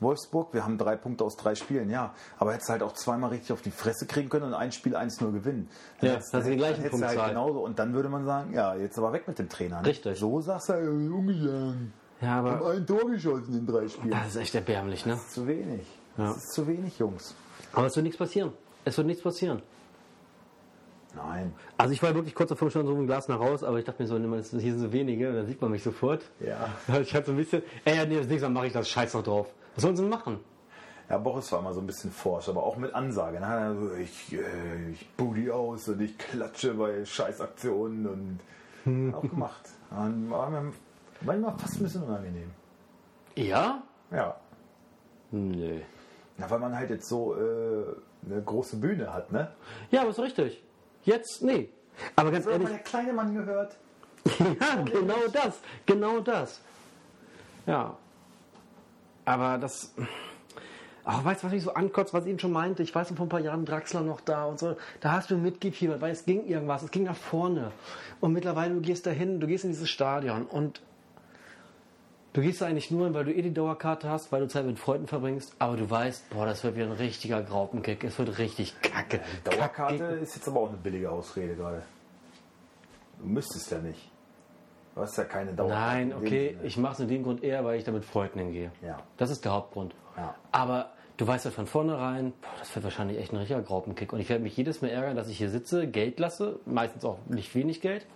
Wolfsburg, wir haben drei Punkte aus drei Spielen, ja. Aber hättest halt auch zweimal richtig auf die Fresse kriegen können und ein Spiel 1-0 gewinnen. Dann Ja, hättest- das ist die dann gleichen hättest du Punktzahl. Halt genauso. Und dann würde man sagen, ja, jetzt aber weg mit dem Trainer. Ne? Richtig. So sagst du, äh, ungeschlagen. Ja, Wir haben aber ein Tor geschossen in drei Spielen. das ist echt erbärmlich, ne? Das ist zu wenig. Das Ja. ist zu wenig, Jungs. Aber es wird nichts passieren. Es wird nichts passieren. Nein. Also ich war wirklich kurz davor schon so ein Glas nach raus, aber ich dachte mir so, nimm mal, das- hier sind so wenige, dann sieht man mich sofort. <laughs> Ja. Ich hatte so ein bisschen, ey, ja, nee, das nächste Mal mache ich das Scheiß noch drauf. Was sollen sie denn machen? Ja, Boris war immer so ein bisschen forsch, aber auch mit Ansage. Ne? Er so, Ich, äh, ich booty aus und ich klatsche bei Scheißaktionen und Hm. Hat auch gemacht. Und war mir manchmal fast ein bisschen unangenehm. Ja? Ja. Nö. Na, weil man halt jetzt so äh, eine große Bühne hat, ne? Ja, aber ist richtig. Jetzt, nee. Aber ganz Hat ehrlich, man der kleine Mann gehört? <laughs> ja, genau das, genau das. Ja. Aber das. Ach, weißt du, was mich so ankotzt, was ich eben schon meinte? Ich weiß noch vor ein paar Jahren Draxler noch da und so. Da hast du mitgefiebert, weil es ging irgendwas, es ging nach vorne. Und mittlerweile, du gehst dahin, du gehst in dieses Stadion und du gehst da eigentlich nur hin, weil du eh die Dauerkarte hast, weil du Zeit mit Freunden verbringst, aber du weißt, boah, das wird wieder ein richtiger Graupenkick, es wird richtig kacke. Dauerkarte Kack- ist jetzt aber auch eine billige Ausrede gerade. Du müsstest ja nicht. Du hast ja keine Dauerkarte. Nein, in dem okay, Sinne. ich mache es in dem Grund eher, weil ich da mit Freunden hingehe. Ja. Das ist der Hauptgrund. Ja. Aber du weißt ja von vornherein, boah, das wird wahrscheinlich echt ein richtiger Graupenkick. Und ich werde mich jedes Mal ärgern, dass ich hier sitze, Geld lasse, meistens auch nicht wenig Geld.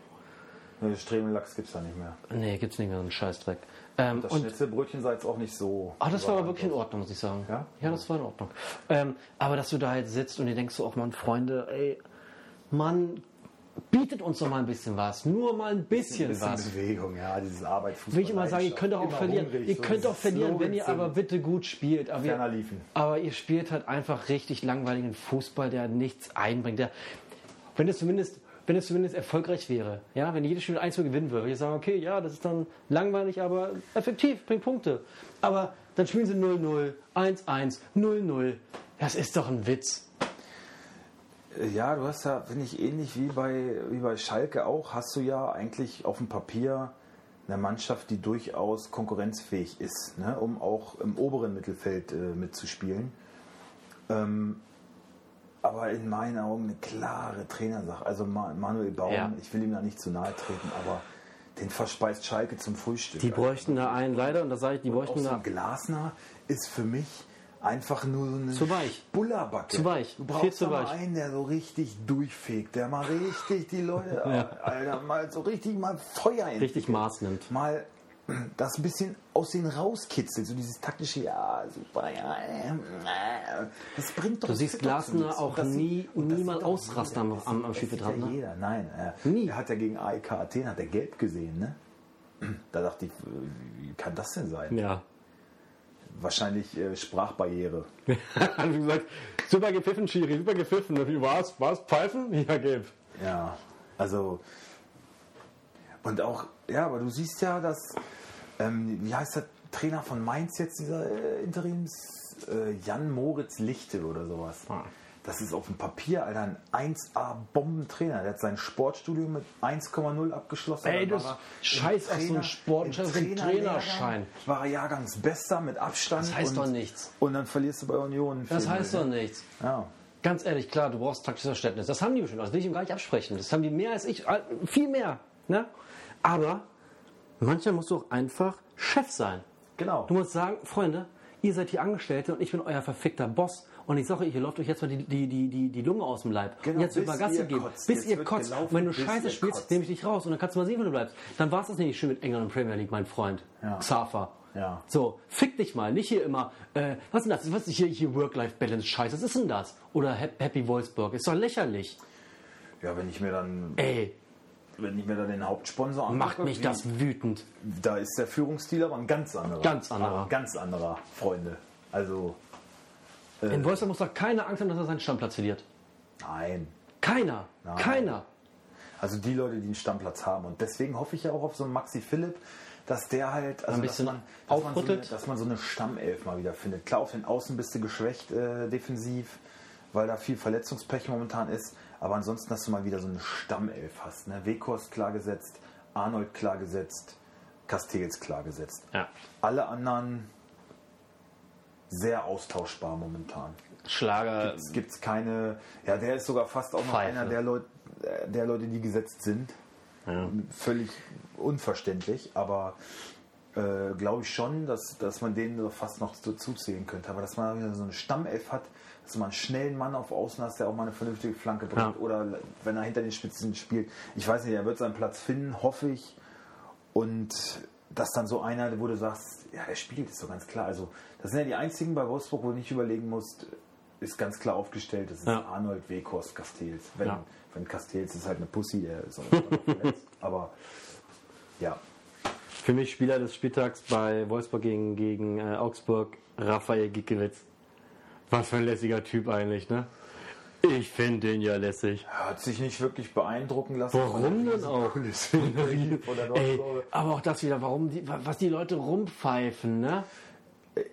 Nee, Stremelachs gibt es da nicht mehr. Nee, gibt's nicht mehr so einen Scheißdreck. Ähm, Das und Schnitzelbrötchen sah jetzt auch nicht so. ach, das war aber wirklich in Ordnung, muss ich sagen. Ja? ja das war in Ordnung. Ähm, aber dass du da halt sitzt und dir denkst so, auch Mann, Freunde, ey, Mann, bietet uns doch mal ein bisschen was. Nur mal ein bisschen, Ein bisschen was. Bewegung, ja, dieses Arbeitsfußball. Will ich immer sagen, ihr könnt doch auch Immer verlieren. hungrig, ihr so könnt doch dieses verlieren, wenn ihr Slogans aber bitte gut spielt. Aber Ferner ihr, liefen. aber ihr spielt halt einfach richtig langweiligen Fußball, der nichts einbringt. Der, wenn es zumindest wenn es zumindest erfolgreich wäre, ja, wenn jedes Spiel 1 gewinnen würde, würde ich sagen, okay, ja, das ist dann langweilig, aber effektiv, bringt Punkte. Aber dann spielen sie 0-0, 1-1, 0-0. Das ist doch ein Witz. sind. Äh, Ja, du hast ja, finde ich, ähnlich wie bei, wie bei Schalke auch, hast du ja eigentlich auf dem Papier eine Mannschaft, die durchaus konkurrenzfähig ist, ne, um auch im oberen Mittelfeld äh, mitzuspielen. Ähm, aber in meinen Augen eine klare Trainersache. Also Ma- Manuel Baum, Ja. ich will ihm da nicht zu nahe treten, aber den verspeist Schalke zum Frühstück. Also Die bräuchten da einen, leider, und das sage ich, die Auch bräuchten so da ein Glasner ist für mich einfach nur so eine Zu weich. Bullerbacke. Zu weich. Du Viel brauchst zu da mal weich. einen, der so richtig durchfegt, der mal richtig die <laughs> Leute, Alter, mal so richtig mal Feuer in richtig Maß nimmt. mal das bisschen aus denen rauskitzelt, so dieses taktische, ja, super, ja, äh, äh, das bringt doch Du siehst Glasner auch nie- nie mal ausrasten am- am- am Spielfeldrand, ne? ne? jeder, nein. Äh, Nie. Er hat ja gegen AEK Athen, hat er gelb gesehen, ne? Da dachte ich, äh, wie kann das denn sein? Ja. Wahrscheinlich äh, Sprachbarriere. <laughs> Hat gesagt, super gepfiffen, Schiri, super gepfiffen. Wie war's? War's pfeifen? Ja, gelb. Ja, also und auch, ja, aber du siehst ja, dass, ähm, wie heißt der Trainer von Mainz jetzt, dieser äh, Interims, äh, Jan Moritz Lichte oder sowas. Ah. Das ist auf dem Papier, Alter, ein 1A-Bombentrainer. Der hat sein Sportstudium mit 1,0 abgeschlossen. Ey, Dann war das er im scheiß auf so einen Trainer- Sportschein, im so einen Trainerlehrgang Trainerschein. War er Jahrgangsbester mit Abstand. Das heißt doch nichts. Und dann verlierst du bei Union. Das heißt doch nichts. Ja. Ganz ehrlich, klar, du brauchst taktisches Verständnis. Das haben die bestimmt. Das will ich ihm gar nicht absprechen. Das haben die mehr als ich. äh, Viel mehr. Ne? Aber manchmal musst du auch einfach Chef sein. Genau. Du musst sagen, Freunde, ihr seid hier Angestellte und ich bin euer verfickter Boss. Und ich sage, euch, ihr lauft euch jetzt mal die, die, die, die, die Lunge aus dem Leib. Genau, und jetzt bis über Gasse ihr geben. kotzt. Bis Jetzt ihr wird kotzt. gelaufen, Und wenn du bis scheiße ihr spielst, kotzt. nehme ich dich raus. Und dann kannst du mal sehen, wo du bleibst. Dann war es das nämlich schön mit England und Premier League, mein Freund. Ja. Xaver. Ja. So, fick dich mal. Nicht hier immer, äh, was ist denn das? Was ist hier, hier Work-Life-Balance-Scheiß? Was ist denn das? Oder Hap- Happy Wolfsburg. Ist doch lächerlich. ja, wenn ich mir dann Ey, Wenn ich mir da den Hauptsponsor angucke, macht mich wie- das wütend. Da ist der Führungsstil aber ein ganz anderer. Ganz anderer. Aber ein Ganz anderer, Freunde. Also, Äh. In Wolfsburg muss doch keiner Angst haben, dass er seinen Stammplatz verliert. nein. Keiner. Keiner. Also die Leute, die einen Stammplatz haben. Und deswegen hoffe ich ja auch auf so einen Maxi Philipp, dass der halt, also Ein bisschen dass, man, dass, man so eine, aufrüttelt. dass man so eine Stammelf mal wieder findet. Klar, auf den Außen bist du geschwächt äh, defensiv, weil da viel Verletzungspech momentan ist. Aber ansonsten, dass du mal wieder so eine Stammelf hast. Ne? Wekhorst klargesetzt, Arnold klargesetzt, Castells klargesetzt. Ja. Alle anderen sehr austauschbar momentan. Schlager. Es gibt keine, ja, der ist sogar fast auch noch Pfeife. einer der, Leut, äh, der Leute, die gesetzt sind. Völlig unverständlich, aber äh, glaube ich schon, dass, dass man den so fast noch dazu zählen könnte. Aber dass man wieder so einen Stammelf hat, dass man einen schnellen Mann auf Außen hast, der auch mal eine vernünftige Flanke bringt. Ja. Oder wenn er hinter den Spitzen spielt. Ich weiß nicht, er wird seinen Platz finden, hoffe ich. Und dass dann so einer, wo du sagst, ja, der spielt, ist so ganz klar. Also, das sind ja die einzigen bei Wolfsburg, wo du nicht überlegen musst, ist ganz klar aufgestellt, das ist Ja. Arnold Weghorst Castells. Wenn, Ja. wenn Castells ist halt eine Pussy, der ist auch <laughs> immer noch verletzt. Aber ja, Für mich Spieler des Spieltags bei Wolfsburg gegen, gegen äh, Augsburg, Raphael Giekewitz. Was für ein lässiger Typ eigentlich, ne? Ich finde den ja lässig. hat sich nicht wirklich beeindrucken lassen. Warum denn auch? <laughs> Ey, Ey, aber auch das wieder, warum die, was die Leute rumpfeifen, ne?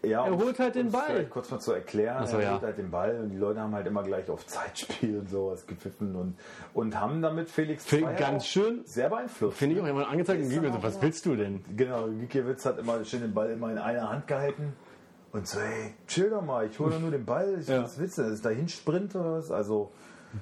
ja, Er um- holt halt den um's Ball. vielleicht Kurz mal zu erklären, so, er ja. holt halt den Ball und die Leute haben halt immer gleich auf Zeitspiel und sowas gepfiffen und, und haben damit Felix Finde Zweier ganz auch schön. sehr beeinflusst. Finde ich auch jemand angezeigt und Ist Giekewitz, dann auch was so. willst du denn? Genau, Gikiewicz hat immer schön den Ball immer in einer Hand gehalten und so, hey, chill doch mal, ich hole doch nur den Ball, ich Ja. was willst du, dass ich da hinsprint oder was? <laughs> Also,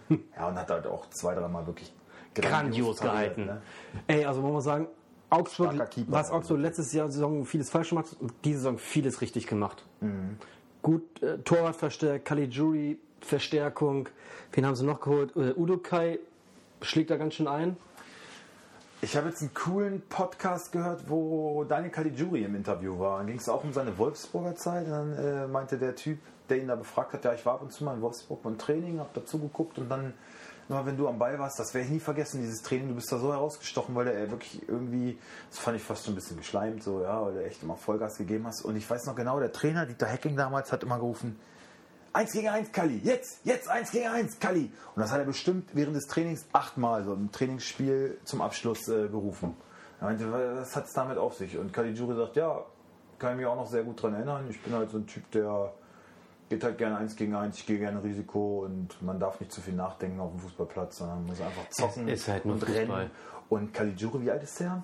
ja, und hat halt auch zwei, dreimal wirklich grandios pariert, gehalten. ne? Ey, also man muss sagen, Augsburg, Starker Keeper. was Augsburg letztes Jahr Saison vieles falsch gemacht hat, und diese Saison vieles richtig gemacht. Mhm. Gut, äh, Torwart verstärkt, Caligiuri Verstärkung, wen haben sie noch geholt? Äh, Udokai schlägt da ganz schön ein. Ich habe jetzt einen coolen Podcast gehört, wo Daniel Caligiuri im Interview war. Dann ging es auch um seine Wolfsburger Zeit. Dann äh, meinte der Typ, der ihn da befragt hat, ja, ich war ab und zu mal in Wolfsburg beim Training, habe dazu geguckt und dann, immer wenn du am Ball warst, das werde ich nie vergessen, dieses Training, du bist da so herausgestochen, weil der äh, wirklich irgendwie, das fand ich fast schon ein bisschen geschleimt, so, ja, weil du echt immer Vollgas gegeben hast. Und ich weiß noch genau, der Trainer, Dieter Hecking damals, hat immer gerufen, Eins gegen eins, Kalli. Jetzt, jetzt, eins gegen eins, Kalli. Und das hat er bestimmt während des Trainings achtmal, so im Trainingsspiel zum Abschluss äh, gerufen. Er meinte, was hat es damit auf sich? Und Kalli Juri sagt, ja, kann ich mich auch noch sehr gut dran erinnern. Ich bin halt so ein Typ, der geht halt gerne eins gegen eins, ich gehe gerne Risiko und man darf nicht zu viel nachdenken auf dem Fußballplatz, sondern muss einfach zocken Es ist halt nur und Fußball. rennen. Und Kalli Juri, wie alt ist der?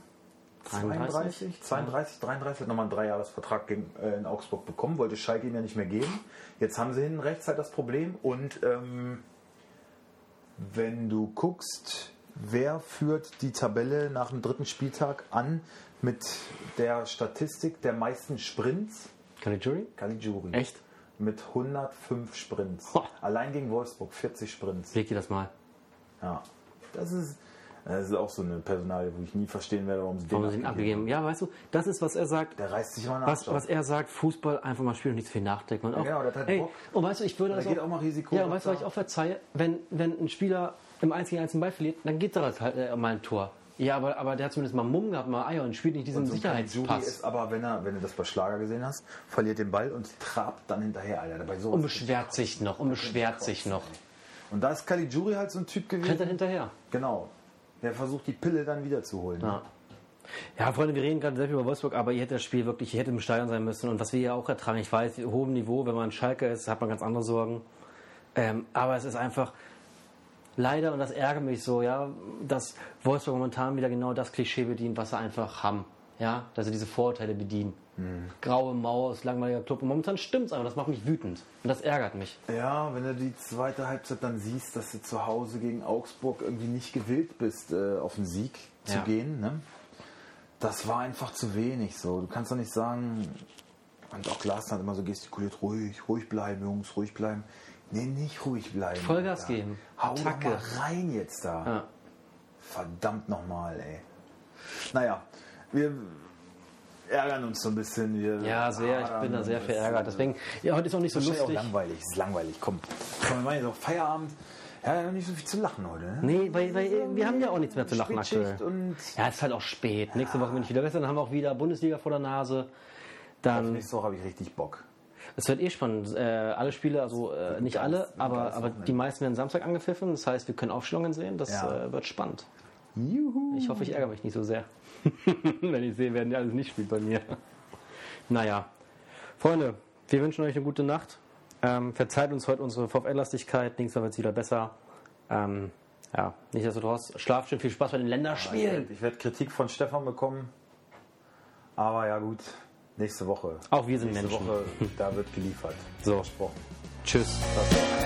32, 32, 33 hat nochmal einen Dreijahresvertrag gegen, äh, in Augsburg bekommen, wollte Schalke ihm ja nicht mehr geben. Jetzt haben sie hinten rechts halt das Problem und ähm, wenn du guckst, wer führt die Tabelle nach dem dritten Spieltag an mit der Statistik der meisten Sprints? Caligiuri? Caligiuri. Echt? Mit 105 Sprints. Ho. Allein gegen Wolfsburg 40 Sprints. Leg dir das mal. Ja. Das ist, das ist auch so eine Personalie, wo ich nie verstehen werde, warum sie den Warum haben sie ihn abgegeben? Ja, weißt du, das ist, was er sagt. Der reißt sich mal Was, Arsch auf. was er sagt, Fußball einfach mal spielen und nichts viel nachdenken. Und auch, genau, das hat ey, Bock. und weißt du, ich würde Da das geht auch mal Risiko Ja, und was weißt du, was da- ich auch verzeihe? Wenn, wenn ein Spieler im einzigen einzigen Ball verliert, dann geht das halt äh, mal ein Tor. Ja, aber, aber der hat zumindest mal Mumm gehabt, mal Eier und spielt nicht diesen So ein Caligiuri Sicherheitspass. ist aber, wenn er, wenn du das bei Schlager gesehen hast, verliert den Ball und trabt dann hinterher, Alter. Dabei so Und beschwert sich noch, und beschwert sich noch. Und da ist Caligiuri halt so ein Typ Rennt dann gewesen. hinterher. Genau. Der versucht die Pille dann wiederzuholen. ne? Ja. Ja, Freunde, wir reden gerade sehr viel über Wolfsburg, aber ihr hättet das Spiel wirklich, ihr hättet im Stadion sein müssen. Und was wir ja auch ertragen, ich weiß, hohem Niveau, wenn man Schalke ist, hat man ganz andere Sorgen. Ähm, aber es ist einfach leider, und das ärgert mich so, ja, dass Wolfsburg momentan wieder genau das Klischee bedient, was sie einfach haben. Ja, dass sie diese Vorurteile bedienen. Graue Maus, langweiliger Club. Und momentan stimmt's einfach, das macht mich wütend. Und das ärgert mich. Ja, wenn du die zweite Halbzeit dann siehst, dass du zu Hause gegen Augsburg irgendwie nicht gewillt bist, äh, auf den Sieg zu Ja. gehen, ne? das war einfach zu wenig. So, du kannst doch nicht sagen. Und auch Glas hat immer so gestikuliert: ruhig, ruhig bleiben, Jungs, ruhig bleiben. Nee, nicht ruhig bleiben. Vollgas Alter. geben. Hau Attacke. Attacke. Doch mal rein jetzt da. Ja. Verdammt nochmal, ey. Naja, wir ärgern uns so ein bisschen. Wir Ja, sehr, ich bin da hadern sehr und verärgert. Deswegen, ja, heute ist auch nicht so Wahrscheinlich lustig. auch langweilig, ist langweilig. Komm, komm wir machen jetzt auch Feierabend. Ja, wir haben nicht so viel zu lachen heute. Ne? Nee, weil, weil wir haben ja auch nichts mehr zu lachen Spätschicht aktuell. Und Ja, es ist halt auch spät. Nächste Woche bin ich wieder besser. Dann haben wir auch wieder Bundesliga vor der Nase. Dann, nächste Woche habe ich richtig Bock. es wird eh spannend. Äh, alle Spiele, also äh, nicht alle, aber, geiles aber Wochenende. die meisten werden Samstag angepfiffen. Das heißt, wir können Aufstellungen sehen. Das Ja. äh, wird spannend. Juhu. Ich hoffe, ich ärgere mich nicht <laughs> so sehr. Wenn ich sehe, werden die alles nicht spielt bei mir. Naja. Freunde, wir wünschen euch eine gute Nacht. Ähm, verzeiht uns heute unsere VfL-Lastigkeit. Nächstes Mal wird es wieder besser. Ähm, ja, nichtsdestotrotz, schlaft schön, viel Spaß bei den Ich Länderspielen. werde, ich werde Kritik von Stefan bekommen. Aber ja, gut, nächste Woche. Auch wir sind nächste Menschen. Woche, da wird geliefert. So. Versprochen. Tschüss. Das war's.